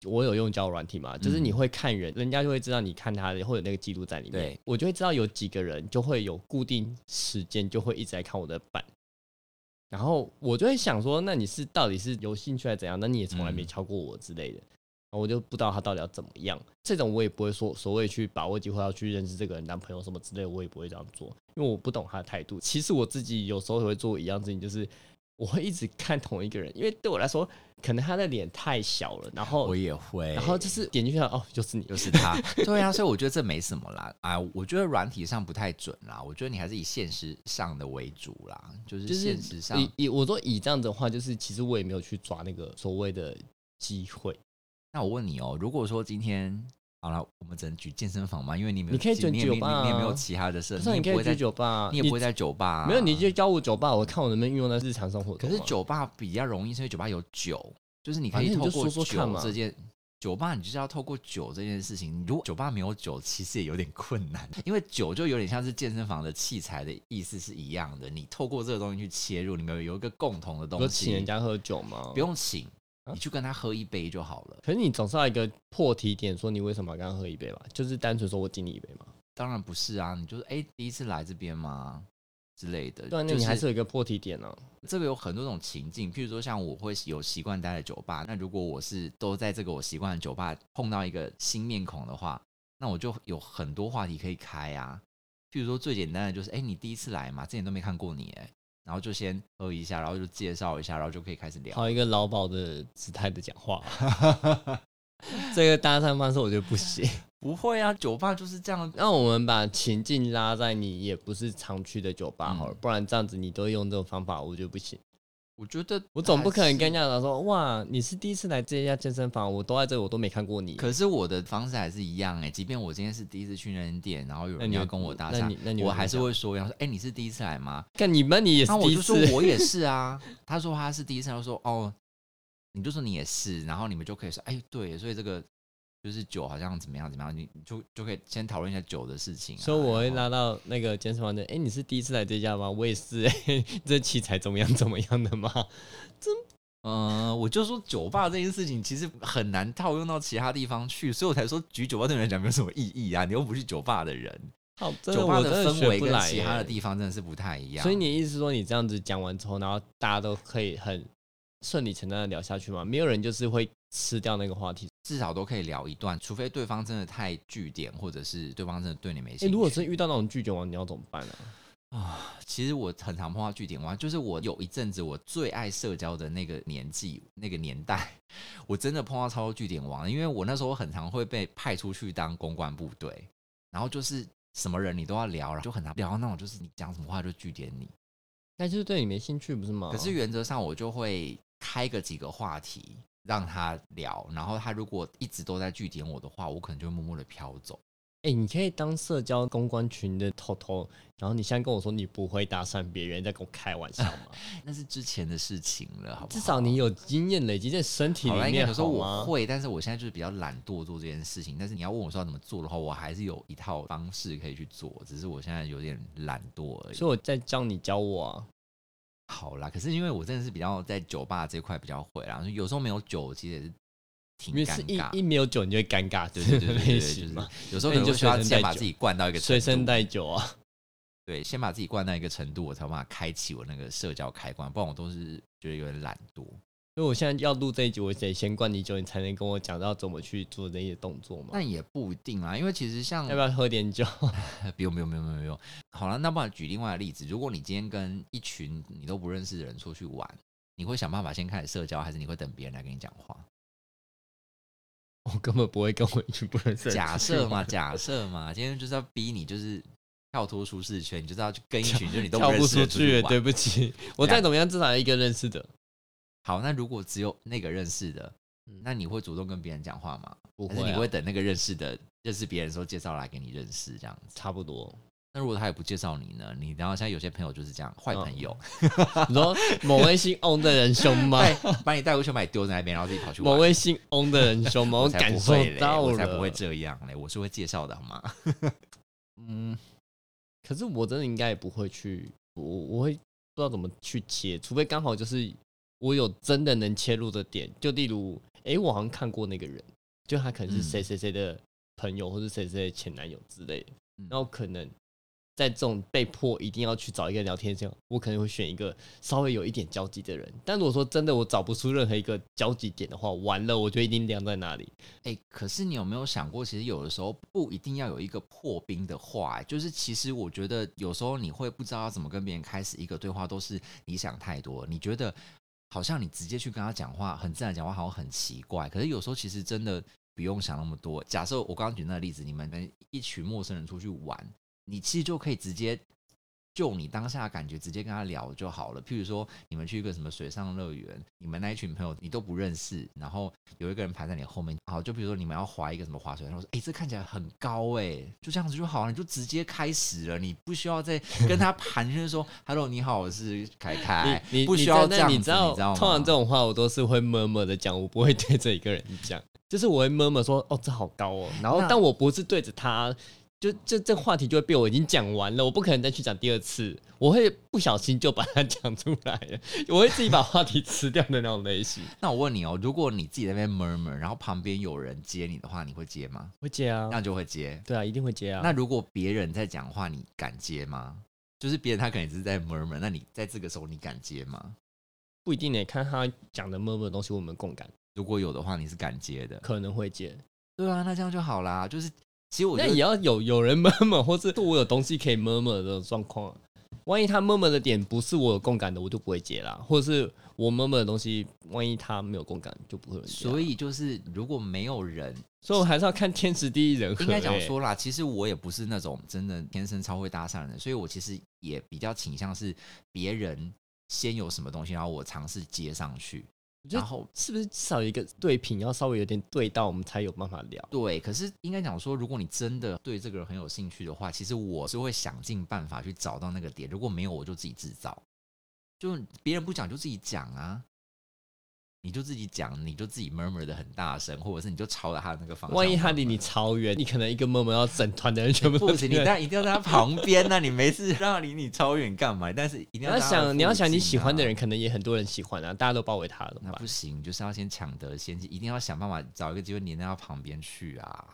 Speaker 2: 我有用交友软体嘛，就是
Speaker 1: 嗯
Speaker 2: 你会看人，人家就会知道你看他的，会有那个记录在里面
Speaker 1: 对。
Speaker 2: 我就会知道有几个人就会有固定时间，就会一直在看我的版。然后我就会想说，那你是到底是有兴趣还是怎样？那你也从来没
Speaker 1: 嗯
Speaker 2: 敲过我之类的，然后我就不知道他到底要怎么样。这种我也不会说所谓去把握机会要去认识这个人当朋友什么之类的，我也不会这样做，因为我不懂他的态度。其实我自己有时候也会做一样事情，就是我会一直看同一个人，因为对我来说，可能他的脸太小了，然后
Speaker 1: 我也会，
Speaker 2: 然后就是点进去看，哦，就是你，
Speaker 1: 就是他，对啊，所以我觉得这没什么啦，啊，我觉得软体上不太准啦，我觉得你还是以现实上的为主啦，就是
Speaker 2: 就是
Speaker 1: 现实上，
Speaker 2: 以以我说以这样子的话，就是其实我也没有去抓那个所谓的机会，
Speaker 1: 那我问你哦，如果说今天好了，我们只能举健身房嘛，因为你没有
Speaker 2: 你可以
Speaker 1: 其你也
Speaker 2: 举
Speaker 1: 没
Speaker 2: 酒吧
Speaker 1: 你也没有
Speaker 2: 啊
Speaker 1: 其他的事，
Speaker 2: 就算
Speaker 1: 也
Speaker 2: 你可
Speaker 1: 不
Speaker 2: 以
Speaker 1: 会在
Speaker 2: 去酒吧，
Speaker 1: 你也不会在酒吧啊、
Speaker 2: 没有，你就教我酒吧，我看我能不能运用在日常生活
Speaker 1: 可
Speaker 2: 中啊。
Speaker 1: 是酒吧比较容易，是因为酒吧有酒，就是你可
Speaker 2: 反
Speaker 1: 以
Speaker 2: 正你
Speaker 1: 透
Speaker 2: 就
Speaker 1: 过
Speaker 2: 说说看
Speaker 1: 酒
Speaker 2: 嘛
Speaker 1: 这件。酒吧你就是要透过酒这件事情，如果酒吧没有酒，其实也有点困难，因为酒就有点像是健身房的器材的意思是一样的。你透过这个东西去切入，你们有一个共同的
Speaker 2: 不
Speaker 1: 东
Speaker 2: 是请人
Speaker 1: 西，
Speaker 2: 家喝酒吗？
Speaker 1: 不。用请，
Speaker 2: 啊
Speaker 1: 你去跟他喝一杯就好了。
Speaker 2: 可是你总是要一个破题点，说你为什么要跟他喝一杯吧？就是单纯说我敬你一杯嘛。
Speaker 1: 当然不是啊，你就是哎、第一次来这边吗之类的，
Speaker 2: 对啊，那
Speaker 1: 就
Speaker 2: 你还是有一个破题点呢、啊。
Speaker 1: 这个有很多种情境，譬如说像我会有习惯待在酒吧，那如果我是都在这个我习惯的酒吧碰到一个新面孔的话，那我就有很多话题可以开啊。譬如说最简单的就是，哎、你第一次来嘛，之前都没看过你，哎，然后就先喝一下，然后就介绍一下，然后就可以开始聊。
Speaker 2: 好一个劳保的姿态的讲话， [laughs] 这个搭讪方式我觉得
Speaker 1: [laughs]
Speaker 2: 不行。
Speaker 1: 不会啊，酒吧就是这样。
Speaker 2: 那我们把情境拉在你也不是常去的酒吧好了，
Speaker 1: 嗯
Speaker 2: 不然这样子你都用这种方法，我觉得不行。
Speaker 1: 我觉得
Speaker 2: 我总不可能
Speaker 1: 还是
Speaker 2: 跟人家讲说，哇，你是第一次来这家健身房，我都在这，我都没看过你。
Speaker 1: 可是我的方式还是一样哎、即便我今天是第一次去那间店，然后有
Speaker 2: 那
Speaker 1: 人
Speaker 2: 你
Speaker 1: 要
Speaker 2: 会
Speaker 1: 跟我搭
Speaker 2: 那
Speaker 1: 讪
Speaker 2: 你那你，会
Speaker 1: 我
Speaker 2: 怎么
Speaker 1: 还是
Speaker 2: 讲
Speaker 1: 会说，然后说，哎、你是第一次来吗？
Speaker 2: 看你们，你也是
Speaker 1: 然后
Speaker 2: 第
Speaker 1: 我
Speaker 2: 一
Speaker 1: 就说
Speaker 2: [laughs] 次。
Speaker 1: 我也是啊，他说他是第一次，他就说哦，你就说你也是，然后你们就可以说，哎，对，所以这个就是酒好像怎么样怎么样，你你就就可以先讨论一下酒的事情、啊。
Speaker 2: 所以我会
Speaker 1: 然后
Speaker 2: 拉到那个健身房的，哎、你是第一次来这家吗？我也是、诶 [laughs] 这器材怎么样怎么样的吗？
Speaker 1: 呃，我就说酒吧这件事情其实很难套用到其他地方去，所以我才说举酒吧对你来讲没有什么意义啊，你又不是酒吧的人，
Speaker 2: 好，真的
Speaker 1: 酒吧
Speaker 2: 我真的
Speaker 1: 氛
Speaker 2: 学
Speaker 1: 围
Speaker 2: 不
Speaker 1: 跟
Speaker 2: 来、
Speaker 1: 其他的
Speaker 2: 耶
Speaker 1: 地方真的是不太一样。
Speaker 2: 所以你的意思说，你这样子讲完之后，然后大家都可以很顺理成章的聊下去吗？没有人就是会吃掉那个话题。
Speaker 1: 至少都可以聊一段，除非对方真的太据点，或者是对方真的对你没兴趣。
Speaker 2: 哎、如果真遇到那种拒绝王，你要怎么办呢、啊？
Speaker 1: 啊，其实我很常碰到据点王，就是我有一阵子我最爱社交的那个年纪、那个年代，我真的碰到超多据点王，因为我那时候很常会被派出去当公关部队，然后就是什么人你都要聊，然后就很难聊到那种就是你讲什么话就据点你。
Speaker 2: 那就是对你没兴趣，不是吗？
Speaker 1: 可是原则上我就会开个几个话题让他聊，然后他如果一直都在据点我的话，我可能就会默默的飘走。
Speaker 2: 哎、你可以当社交公关群的头头，然后你现在跟我说你不会搭讪别人，你在跟我开玩笑吗？
Speaker 1: 那是之前的事情了，好不好？
Speaker 2: 至少你有经验累积在身体
Speaker 1: 好啦
Speaker 2: 里
Speaker 1: 应该
Speaker 2: 面，
Speaker 1: 有时候
Speaker 2: 好
Speaker 1: 我
Speaker 2: 吗？
Speaker 1: 会，但是我现在就是比较懒惰做这件事情。但是你要问我说要怎么做的话，我还是有一套方式可以去做，只是我现在有点懒惰而已。
Speaker 2: 所以我在叫你教我啊。
Speaker 1: 好啦，可是因为我真的是比较在酒吧这块比较会啦，有时候没有酒其实也是挺
Speaker 2: 因为
Speaker 1: 尴
Speaker 2: 是一
Speaker 1: 尬。
Speaker 2: 一没有酒你就会尴尬，
Speaker 1: 对对对对对，对
Speaker 2: 类
Speaker 1: 就是
Speaker 2: 型嘛，
Speaker 1: 有时候
Speaker 2: 那
Speaker 1: 可能
Speaker 2: 你就
Speaker 1: 就需要
Speaker 2: 随身
Speaker 1: 先
Speaker 2: 带
Speaker 1: 把
Speaker 2: 酒
Speaker 1: 自己灌到一个
Speaker 2: 随身
Speaker 1: 程度
Speaker 2: 带酒啊。
Speaker 1: 对，先把自己灌到一个程度，我才有办法开启我那个社交开关，不然我都是觉得有点懒惰。
Speaker 2: 因为我现在要录这一集，我得先灌你酒，你才能跟我讲到怎么去做这些动作嘛。
Speaker 1: 但也不一定啊啦，因为其实像
Speaker 2: 要不要喝点酒？ [laughs]
Speaker 1: 不用不用不用不用不用。好了，那不然举另外的例子，如果你今天跟一群你都不认识的人出去玩，你会想办法先开始社交，还是你会等别人来跟你讲话？
Speaker 2: 我根本不会跟我一群不认识的人
Speaker 1: 假
Speaker 2: 出去
Speaker 1: 设嘛，
Speaker 2: 玩，
Speaker 1: 假设嘛，今天就是要逼你，就是跳脱舒适圈，你就是要去跟一群就是你都
Speaker 2: 跳
Speaker 1: 认
Speaker 2: 不
Speaker 1: 识的
Speaker 2: 出
Speaker 1: 出
Speaker 2: 去，对
Speaker 1: 玩。[laughs]
Speaker 2: 不起。我
Speaker 1: 对啊
Speaker 2: 再怎么样，至少有一个认识的，
Speaker 1: 好，那如果只有那个认识的
Speaker 2: 嗯，
Speaker 1: 那你会主动跟别人讲话吗？
Speaker 2: 不
Speaker 1: 还是
Speaker 2: 会
Speaker 1: 你
Speaker 2: 啊、
Speaker 1: 会等那个认识的认识别人的时候介绍来给你认识这样子？
Speaker 2: 差不多。
Speaker 1: 那如果他也不介绍你呢？你然后像有些朋友就是这样，坏朋友，
Speaker 2: [laughs] 你说某位姓翁的人凶
Speaker 1: [laughs]
Speaker 2: 吗？
Speaker 1: 带把你带过去，把你丢在那边，然后自己跑
Speaker 2: [laughs]
Speaker 1: 去玩
Speaker 2: 某。位姓翁的人凶吗？
Speaker 1: 啊我才
Speaker 2: 感
Speaker 1: 不
Speaker 2: 受
Speaker 1: 会嘞，
Speaker 2: 到了，
Speaker 1: 我才不会这样嘞，我是会介绍的好吗？ [laughs]
Speaker 2: 嗯，可是我真的应该也不会去，我我会不知道怎么去切，除非刚好就是我有真的能切入的点，就例如，诶，我好像看过那个人，就他可能
Speaker 1: 嗯
Speaker 2: 是谁谁谁的朋友，或是谁谁谁的前男友之类的，
Speaker 1: 嗯
Speaker 2: 然后可能。在这种被迫一定要去找一个聊天的时候，我可能会选一个稍微有一点交集的人。但如果说真的我找不出任何一个交集点的话，完了，我就一定晾在那里。
Speaker 1: 哎、可是你有没有想过，其实有的时候不一定要有一个破冰的话、就是其实我觉得有时候你会不知道要怎么跟别人开始一个对话，都是你想太多，你觉得好像你直接去跟他讲话，很自然讲话好像很奇怪，可是有时候其实真的不用想那么多。假设我刚刚举那个例子，你们跟一群陌生人出去玩，你其实就可以直接。就你当下的感觉，直接跟他聊就好了。譬如说，你们去一个什么水上乐园，你们那一群朋友你都不认识，然后有一个人排在你后面，好，就比如说你们要划一个什么划水，然后说，哎、这看起来很高哎、就这样子就好了，你就直接开始了，你不需要
Speaker 2: [laughs]
Speaker 1: 再跟他盘，就是说，Hello，你好，我是凯凯，
Speaker 2: 你你
Speaker 1: 哎不需要
Speaker 2: 你
Speaker 1: 这
Speaker 2: 知
Speaker 1: 样
Speaker 2: 道那
Speaker 1: 子，你
Speaker 2: 你知
Speaker 1: 知
Speaker 2: 道，
Speaker 1: 道
Speaker 2: 通常
Speaker 1: 吗
Speaker 2: 这种话我都是会默默的讲，我不会对着一个人讲，就是我会默默说哦，这好高哦，然后
Speaker 1: 那
Speaker 2: 但我不是对着他，就就这话题就会被我已经讲完了，我不可能再去讲第二次，我会不小心就把它讲出来了， [laughs] 我会自己把话题吃掉的那种类型。
Speaker 1: 那我问你哦，如果你自己在那边 murmur，然后旁边有人接你的话，你会接吗？
Speaker 2: 会接啊
Speaker 1: 那，就会接。
Speaker 2: 对啊，一定会接啊。
Speaker 1: 那如果别人在讲话，你敢接吗？就是别人他可能只是在 murmur，那你在这个时候你敢接吗？
Speaker 2: 不一定呢，看他讲的默默的东西，我们共感
Speaker 1: 如果有的话，你是敢接的。
Speaker 2: 可能会接，
Speaker 1: 对啊，那这样就好啦。就是其实我觉
Speaker 2: 那
Speaker 1: 得
Speaker 2: 也要有
Speaker 1: [laughs]
Speaker 2: 有人默默，或是我有东西可以默默的状况啊。万一他默默的点不是我有共感的，我就不会接啦；或者是我默默的东西，万一他没有共感，就不会有人接啊。
Speaker 1: 所以就是，如果没有人，
Speaker 2: 所以我还是要看天时地利人和、
Speaker 1: 应该讲
Speaker 2: 欸，
Speaker 1: 说啦，其实我也不是那种真的天生超会搭讪的人，所以我其实也比较倾向是别人先有什么东西，然后我尝试接上去，
Speaker 2: 觉得
Speaker 1: 然后
Speaker 2: 是不是至少有一个对频要稍微有点对到，我们才有办法聊。
Speaker 1: 对，可是应该讲说，如果你真的对这个人很有兴趣的话，其实我是会想尽办法去找到那个点。如果没有，我就自己制造，就别人不讲就自己讲啊，你就自己讲，你就自己 murmur 的很大声，或者是你就朝着他的那个方向。
Speaker 2: 啊万一他离你超远，你可能一个默默要整团的人全部都
Speaker 1: 哎不
Speaker 2: [laughs]
Speaker 1: 行，你
Speaker 2: 听
Speaker 1: 当
Speaker 2: 到
Speaker 1: 然一定要在他旁边呐、你没
Speaker 2: [laughs]
Speaker 1: 事让他离你超远干嘛？但是一定
Speaker 2: 你
Speaker 1: 要
Speaker 2: 要
Speaker 1: 在他的
Speaker 2: 想，你要
Speaker 1: 附
Speaker 2: 想你
Speaker 1: 近
Speaker 2: 喜欢的
Speaker 1: 啊
Speaker 2: 人，可能也很多人喜欢啊，大家都包围他了，怎么
Speaker 1: 那
Speaker 2: 办
Speaker 1: 不行，就是要先抢得先机，一定要想办法找一个机会黏到他旁边去啊。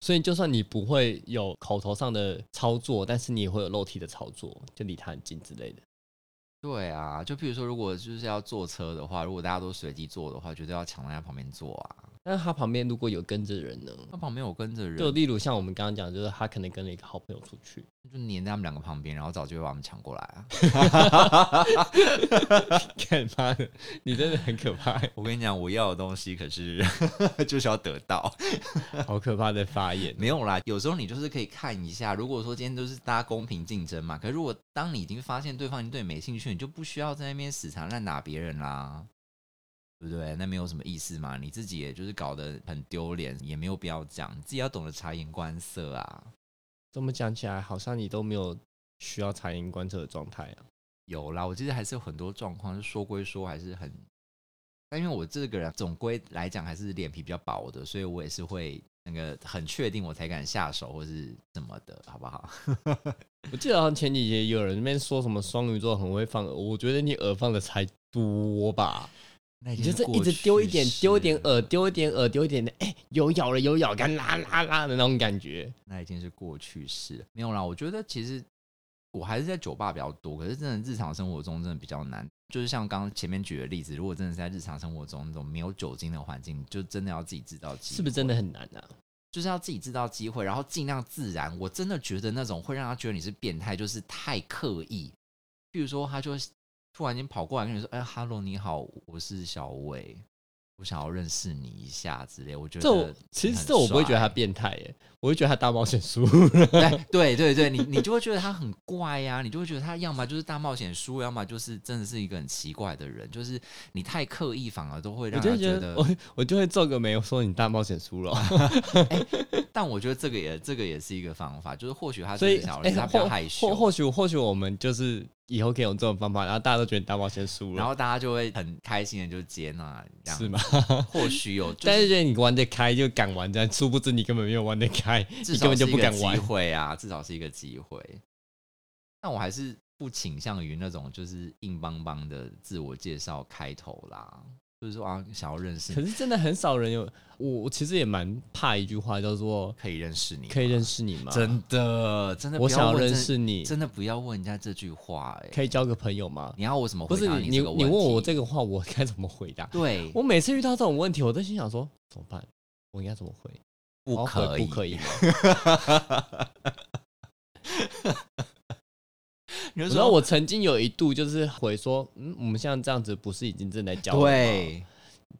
Speaker 2: 所以，就算你不会有口头上的操作，但是你也会有肉体的操作，就离他很近之类的。
Speaker 1: 对啊，就譬如说，如果就是要坐车的话，如果大家都随机坐的话，绝对要抢在他旁边坐啊。
Speaker 2: 但是他旁边如果有跟着人呢？
Speaker 1: 他旁边有跟着人，
Speaker 2: 就例如像我们刚刚讲，就是他可能跟了一个好朋友出去， [laughs]
Speaker 1: 就黏在他们两个旁边，然后早就会把他们抢过来啊。
Speaker 2: 干妈的，你真的很可怕，
Speaker 1: 我跟你讲，我要的东西可是 [laughs] 就是要得到，
Speaker 2: [laughs] 好可怕的发言。
Speaker 1: 没有啦。有时候你就是可以看一下，如果说今天都是大家公平竞争嘛，可是如果当你已经发现对方已经对你没兴趣，你就不需要在那边死缠烂打别人啦，对不对？那没有什么意思嘛，你自己也就是搞得很丢脸，也没有必要这样，你自己要懂得察言观色啊。
Speaker 2: 这么讲起来，好像你都没有需要察言观色的状态啊。
Speaker 1: 有啦，我记得还是有很多状况，就说归说，还是很。但因为我这个人总归来讲还是脸皮比较薄的，所以我也是会那个很确定我才敢下手或是怎么的，好不好？ [laughs]
Speaker 2: 我记得好像前几节有人那边说什么双鱼座很会放饵，我觉得你饵放的才多吧？
Speaker 1: 那已
Speaker 2: 你
Speaker 1: 经
Speaker 2: 就是
Speaker 1: 哎过
Speaker 2: 一直丢一点，
Speaker 1: 去式
Speaker 2: 丢一点饵，丢一点饵，丢一点的，哎、有咬了，有咬，干拉拉拉的那种感觉。
Speaker 1: 那已经是过去式了。没有啦，我觉得其实我还是在酒吧比较多，可是真的日常生活中真的比较难。就是像刚刚前面举的例子，如果真的是在日常生活中那种没有酒精的环境，就真的要自己制造机会，
Speaker 2: 是不是真的很难啊？
Speaker 1: 就是要自己制造机会，然后尽量自然。我真的觉得那种会让他觉得你是变态，就是太刻意。比如说，他就突然间跑过来跟你说：“哎哈喽，你好，我是小伟，我想要认识你一下之类。”我觉得
Speaker 2: 这我其实这我不会觉得
Speaker 1: 他
Speaker 2: 他变态耶，我会觉得他大冒险输。
Speaker 1: 对对对对，你你就会觉得他很怪呀、你就会觉得他要么就是大冒险书，要么就是真的是一个很奇怪的人，就是你太刻意，反而都会
Speaker 2: 我
Speaker 1: 让
Speaker 2: 就
Speaker 1: 他
Speaker 2: 会觉
Speaker 1: 觉
Speaker 2: 得
Speaker 1: 得
Speaker 2: 我 [laughs] 我就会皱个眉，我说你大冒险输了，
Speaker 1: 但我觉得这个也这个也是一个方法，就是或许他
Speaker 2: 所
Speaker 1: 真
Speaker 2: 以
Speaker 1: 的想要
Speaker 2: 哎
Speaker 1: 认识，他比较害羞，
Speaker 2: 或或或许或许我们就是以后可以用这种方法，然后大家都觉得你大冒险输了，
Speaker 1: 然后大家就会很开心的就接纳，这样
Speaker 2: 是吗？
Speaker 1: 或许有，就
Speaker 2: 但
Speaker 1: 是
Speaker 2: [laughs] 是觉得你玩得开就敢玩，但殊不知你根本没有玩得开，
Speaker 1: 至
Speaker 2: 你根
Speaker 1: 少
Speaker 2: 本
Speaker 1: 是
Speaker 2: 就
Speaker 1: 一
Speaker 2: 不
Speaker 1: 个
Speaker 2: 敢
Speaker 1: 机
Speaker 2: 玩。
Speaker 1: 会啊，至少是一个机会。但我还是不倾向于那种就是硬邦邦的自我介绍开头啦，就是说啊，想要认识
Speaker 2: 可
Speaker 1: 你，
Speaker 2: 是真的很少人有，我我其实也蛮怕一句话叫做
Speaker 1: 可以认识你吗，
Speaker 2: “可以认识你吗？”
Speaker 1: 真的真的，
Speaker 2: 我想要
Speaker 1: 要
Speaker 2: 认识你，
Speaker 1: 真的不要问人家这句话、欸，哎，
Speaker 2: 可以交个朋友吗？
Speaker 1: 你要我怎么
Speaker 2: 不
Speaker 1: 回
Speaker 2: 是
Speaker 1: 答
Speaker 2: 你
Speaker 1: 这个
Speaker 2: 你问我
Speaker 1: 题
Speaker 2: 这个话，我该怎么回
Speaker 1: [laughs]
Speaker 2: 答？
Speaker 1: 对，
Speaker 2: 我每次遇到这种问题，我都心想说怎么办？我应该怎么回？
Speaker 1: 不
Speaker 2: 我要
Speaker 1: 可
Speaker 2: 回
Speaker 1: 以，
Speaker 2: 不可以吗？
Speaker 1: 你 [laughs] 就
Speaker 2: 然后我曾经有一度就是回说，嗯，我们像这样子不是已经正在交往吗，
Speaker 1: 对。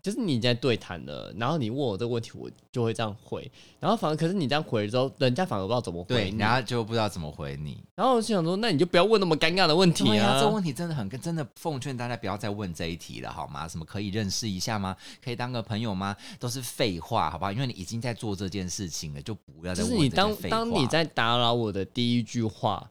Speaker 2: 就是你在对谈了，然后你问我这个问题，我就会这样回，然后反而可是你这样回了之后，人家反而不知道怎么回
Speaker 1: 对，
Speaker 2: 你，
Speaker 1: 然后就不知道怎么回你。
Speaker 2: 然后我就想说，那你就不要问那么尴尬的问题
Speaker 1: 对
Speaker 2: 啊，
Speaker 1: 啊，这问题真的很真的奉劝大家不要再问这一题了，好吗？什么可以认识一下吗？可以当个朋友吗？都是废话，好不好？因为你已经在做这件事情了，就不要再
Speaker 2: 就
Speaker 1: 问
Speaker 2: 是
Speaker 1: 这
Speaker 2: 你
Speaker 1: 些
Speaker 2: 当
Speaker 1: 废
Speaker 2: 当
Speaker 1: 话
Speaker 2: 你在打扰我的第一句话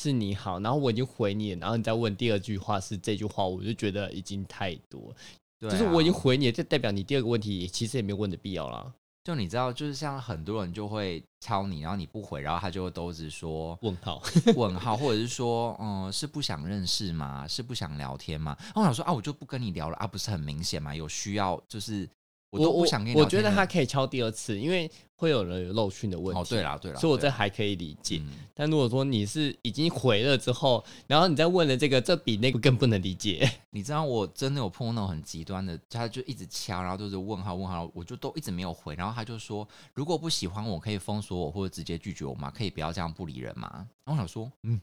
Speaker 2: 是你好，然后我已经回你了，然后你再问第二句话是这句话，我就觉得已经太多了，
Speaker 1: 对
Speaker 2: 就是
Speaker 1: 啊
Speaker 2: 我已经回你了，就代表你第二个问题也其实也没有问的必要啦。
Speaker 1: 就你知道，就是像很多人就会敲你，然后你不回，然后他就都是说 [laughs]
Speaker 2: 问号，
Speaker 1: 问号，或者是说，嗯，是不想认识吗？是不想聊天吗？然后我想说啊，我就不跟你聊了啊，不是很明显吗？有需要就是我都不想跟你
Speaker 2: [laughs] 我
Speaker 1: 聊
Speaker 2: 觉
Speaker 1: 天了。
Speaker 2: 得他可以敲第二次，因为会有人有漏讯的问题。
Speaker 1: 哦，对啦，对啦，
Speaker 2: 所以我
Speaker 1: 对
Speaker 2: 这
Speaker 1: 啦
Speaker 2: 还可以理解。
Speaker 1: 嗯
Speaker 2: 但如果说你是已经回了之后，然后你再问了这个，这比那个更不能理解。 [laughs]
Speaker 1: 你知道我真的有碰到那种很极端的，他就一直掐，然后就是问号问号，我就都一直没有回，然后他就说如果不喜欢我可以封锁我或者直接拒绝我吗？可以不要这样不理人吗？然后我想说，嗯，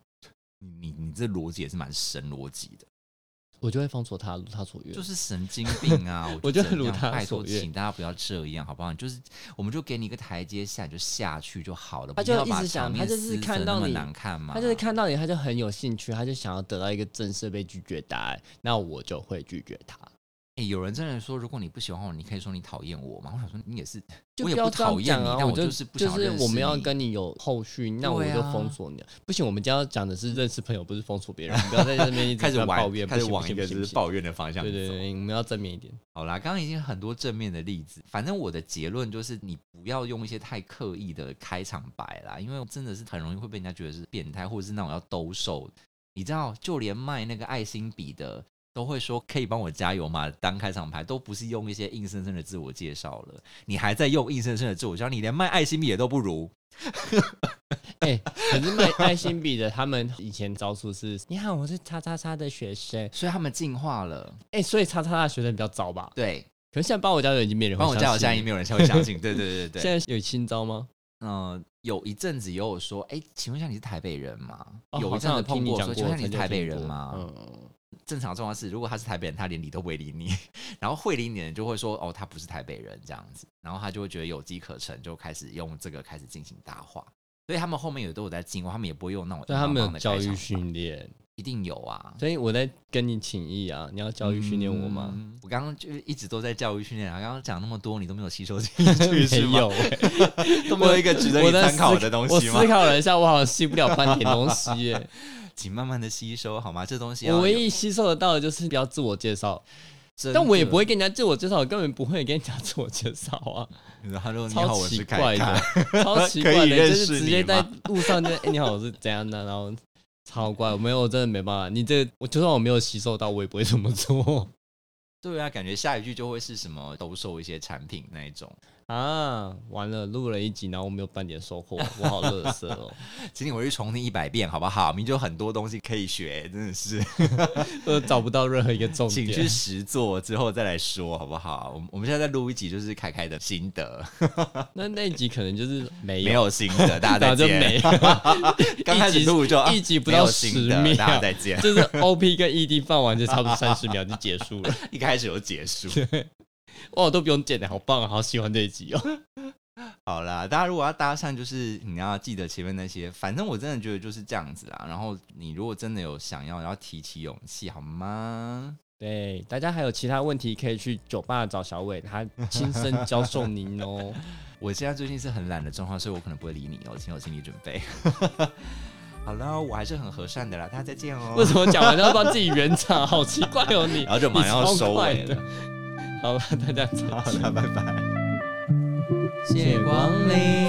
Speaker 1: 你你你这逻辑也是蛮神逻辑的，
Speaker 2: 我就会封锁他，如他所愿。
Speaker 1: 就是神经病啊！我
Speaker 2: 我
Speaker 1: 就
Speaker 2: 就
Speaker 1: 怎
Speaker 2: 如
Speaker 1: 样
Speaker 2: 他
Speaker 1: 拜
Speaker 2: 所
Speaker 1: 托，
Speaker 2: 愿
Speaker 1: 请大家不要这样好不好？你就是我们就给你一个台阶下，你就下去就好了，
Speaker 2: 他
Speaker 1: 不
Speaker 2: 就
Speaker 1: 要
Speaker 2: 一
Speaker 1: 把
Speaker 2: 直想
Speaker 1: 场
Speaker 2: 他
Speaker 1: 面
Speaker 2: 就是
Speaker 1: 撕
Speaker 2: 看
Speaker 1: 得
Speaker 2: 到
Speaker 1: 那么
Speaker 2: 你
Speaker 1: 难看嘛，
Speaker 2: 他就是看到你，他就很有兴趣，他就想要得到一个正式被拒绝答案，那我就会拒绝他。
Speaker 1: 欸有人真的说，如果你不喜欢我，你可以说你讨厌我嘛？我想说，你也是，
Speaker 2: 就
Speaker 1: 我也
Speaker 2: 不要这
Speaker 1: 讨
Speaker 2: 样
Speaker 1: 厌
Speaker 2: 讲
Speaker 1: 你，
Speaker 2: 啊！
Speaker 1: 但
Speaker 2: 我
Speaker 1: 就
Speaker 2: 就是
Speaker 1: 不
Speaker 2: 就
Speaker 1: 想
Speaker 2: 是
Speaker 1: 认识
Speaker 2: 我们要
Speaker 1: 你
Speaker 2: 跟你有后续，那我
Speaker 1: 对
Speaker 2: 就
Speaker 1: 啊
Speaker 2: 封锁你了。不行，我们今天要讲的是认识朋友，不是封锁 [laughs] 别人。不要在这边一直
Speaker 1: 开始
Speaker 2: 乱
Speaker 1: 玩，
Speaker 2: 抱怨，
Speaker 1: 开始
Speaker 2: 不行
Speaker 1: 往一个就是。抱怨的方
Speaker 2: 不
Speaker 1: 向
Speaker 2: 行不行
Speaker 1: 走。
Speaker 2: 对对对，我们要正面一点。 [laughs]
Speaker 1: 好啦，刚刚已经很多正面的例子，反正我的结论就是，你不要用一些太刻意的开场白啦，因为真的是很容易会被人家觉得是变态，或者是那种要兜售。你知道，就连卖那个爱心笔的。都会说可以帮我加油嘛？当开场牌都不是用一些硬生生的自我介绍了，你还在用硬生生的自我介绍，你连卖爱心笔也都不如。
Speaker 2: 哎、可是卖爱心笔的，他们以前招数是：你好，我是叉叉叉的学生。
Speaker 1: 所以他们进化了。
Speaker 2: 哎、所以叉叉叉的学生比较糟吧？
Speaker 1: 对，
Speaker 2: 可是现在帮我加油已经没人会
Speaker 1: 帮我加油，现在
Speaker 2: 相
Speaker 1: 已
Speaker 2: 信
Speaker 1: 经没有人会相信。对对对对
Speaker 2: 了。
Speaker 1: 对，
Speaker 2: [laughs] 现在有新招吗？
Speaker 1: 嗯、有一阵子也有说，哎、请问一下你是台北人吗？
Speaker 2: 哦
Speaker 1: 有
Speaker 2: 好
Speaker 1: 一阵
Speaker 2: 像
Speaker 1: 子
Speaker 2: 有
Speaker 1: 碰
Speaker 2: 听你
Speaker 1: 过
Speaker 2: 讲
Speaker 1: 说，
Speaker 2: 过，
Speaker 1: 请问一下你
Speaker 2: 曾
Speaker 1: 是
Speaker 2: 经
Speaker 1: 台北
Speaker 2: 听
Speaker 1: 人
Speaker 2: 过
Speaker 1: 吗？
Speaker 2: 嗯，
Speaker 1: 正常状况是，如果他是台北人，他连理都不会理你。 [laughs] 然后会理你的人就会说，哦，他不是台北人这样子，然后他就会觉得有机可乘，就开始用这个开始进行搭话。所以他们后面也都有在进化，他们也不会用那种
Speaker 2: 所以他
Speaker 1: 硬邦
Speaker 2: 们
Speaker 1: 邦
Speaker 2: 有
Speaker 1: 的
Speaker 2: 教
Speaker 1: 开
Speaker 2: 育
Speaker 1: 场白
Speaker 2: 训练，
Speaker 1: 一定有啊。
Speaker 2: 所以我在跟你请益啊，你要教育训练我吗？
Speaker 1: 嗯我刚刚就是一直都在教育训练啊，刚刚讲那么多，你都没有吸收
Speaker 2: [laughs]
Speaker 1: 进去是
Speaker 2: 没
Speaker 1: 吗？[laughs]
Speaker 2: 有、欸，
Speaker 1: 都没有一个值得你
Speaker 2: 我在
Speaker 1: 参考
Speaker 2: 思
Speaker 1: 的东
Speaker 2: 我
Speaker 1: 西
Speaker 2: 思
Speaker 1: 吗？
Speaker 2: 考了一下，我好像吸不了半点东西
Speaker 1: [laughs]
Speaker 2: 耶、
Speaker 1: 请慢慢的吸收好吗？这东西要
Speaker 2: 我唯
Speaker 1: 有
Speaker 2: 一吸收得到的就是不要自我介绍，
Speaker 1: 真
Speaker 2: 但我也
Speaker 1: 的
Speaker 2: 不会跟人家自我介绍，我根本不会跟人家自我介绍啊，
Speaker 1: 你说 Hello，你好，
Speaker 2: 超
Speaker 1: 我
Speaker 2: 奇
Speaker 1: 是凯
Speaker 2: 怪的
Speaker 1: 凯。， [laughs]
Speaker 2: 超奇怪
Speaker 1: 可以
Speaker 2: 的，就
Speaker 1: 认
Speaker 2: 是
Speaker 1: 识
Speaker 2: 直
Speaker 1: 你
Speaker 2: 接在
Speaker 1: 吗
Speaker 2: 路上就哎、你好，我是怎样的，然后超怪，我没有，我真的没办法，你这我就算我没有吸收到，我也不会这么做
Speaker 1: 对啊，感觉下一句就会是什么兜售一些产品那一种。
Speaker 2: 啊，完了，录了一集，然后我没有半点收获，我好乐色 [laughs] 哦，
Speaker 1: 请你回去重听一百遍好不好？明明就很多东西可以学，真的是，
Speaker 2: 我找不到任何一个重
Speaker 1: 请去
Speaker 2: 点。
Speaker 1: 实做之后再来说好不好？我们我们现在再录一集，就是凯凯的心得，
Speaker 2: 那那一集可能就是没
Speaker 1: 没
Speaker 2: 有，
Speaker 1: 有心
Speaker 2: [laughs]
Speaker 1: 得，大
Speaker 2: 然
Speaker 1: 家
Speaker 2: 后就
Speaker 1: 再
Speaker 2: 没
Speaker 1: 见。
Speaker 2: 了，
Speaker 1: 刚开始录就啊
Speaker 2: 一集不
Speaker 1: 没有
Speaker 2: 到
Speaker 1: 心
Speaker 2: 十
Speaker 1: 得，
Speaker 2: 秒，
Speaker 1: 大家再见。
Speaker 2: 就是 OP 跟 ED 放完就差不多三十秒就结束了，
Speaker 1: 一开始有结束，
Speaker 2: 哇，都不用剪的，好棒啊，好喜欢这一集哦。
Speaker 1: 好啦，大家如果要搭讪，就是你要记得前面那些，反正我真的觉得就是这样子啦。然后你如果真的有想要，然后提起勇气，好吗？
Speaker 2: [laughs] 对，大家还有其他问题可以去酒吧找小伟，他亲身教授您哦。
Speaker 1: 我现在最近是很懒的状况，所以我可能不会理你哦，请有心理准备。 [laughs] 好啦，我还是很和善的啦，大家再见哦。
Speaker 2: [laughs] 为什么讲完都要帮自己圆场？好奇怪哦你，
Speaker 1: 然后就马上要
Speaker 2: 你超
Speaker 1: 收
Speaker 2: 快
Speaker 1: 尾
Speaker 2: 的。好了，大家再见
Speaker 1: 好啦，拜拜。
Speaker 2: 谢光临。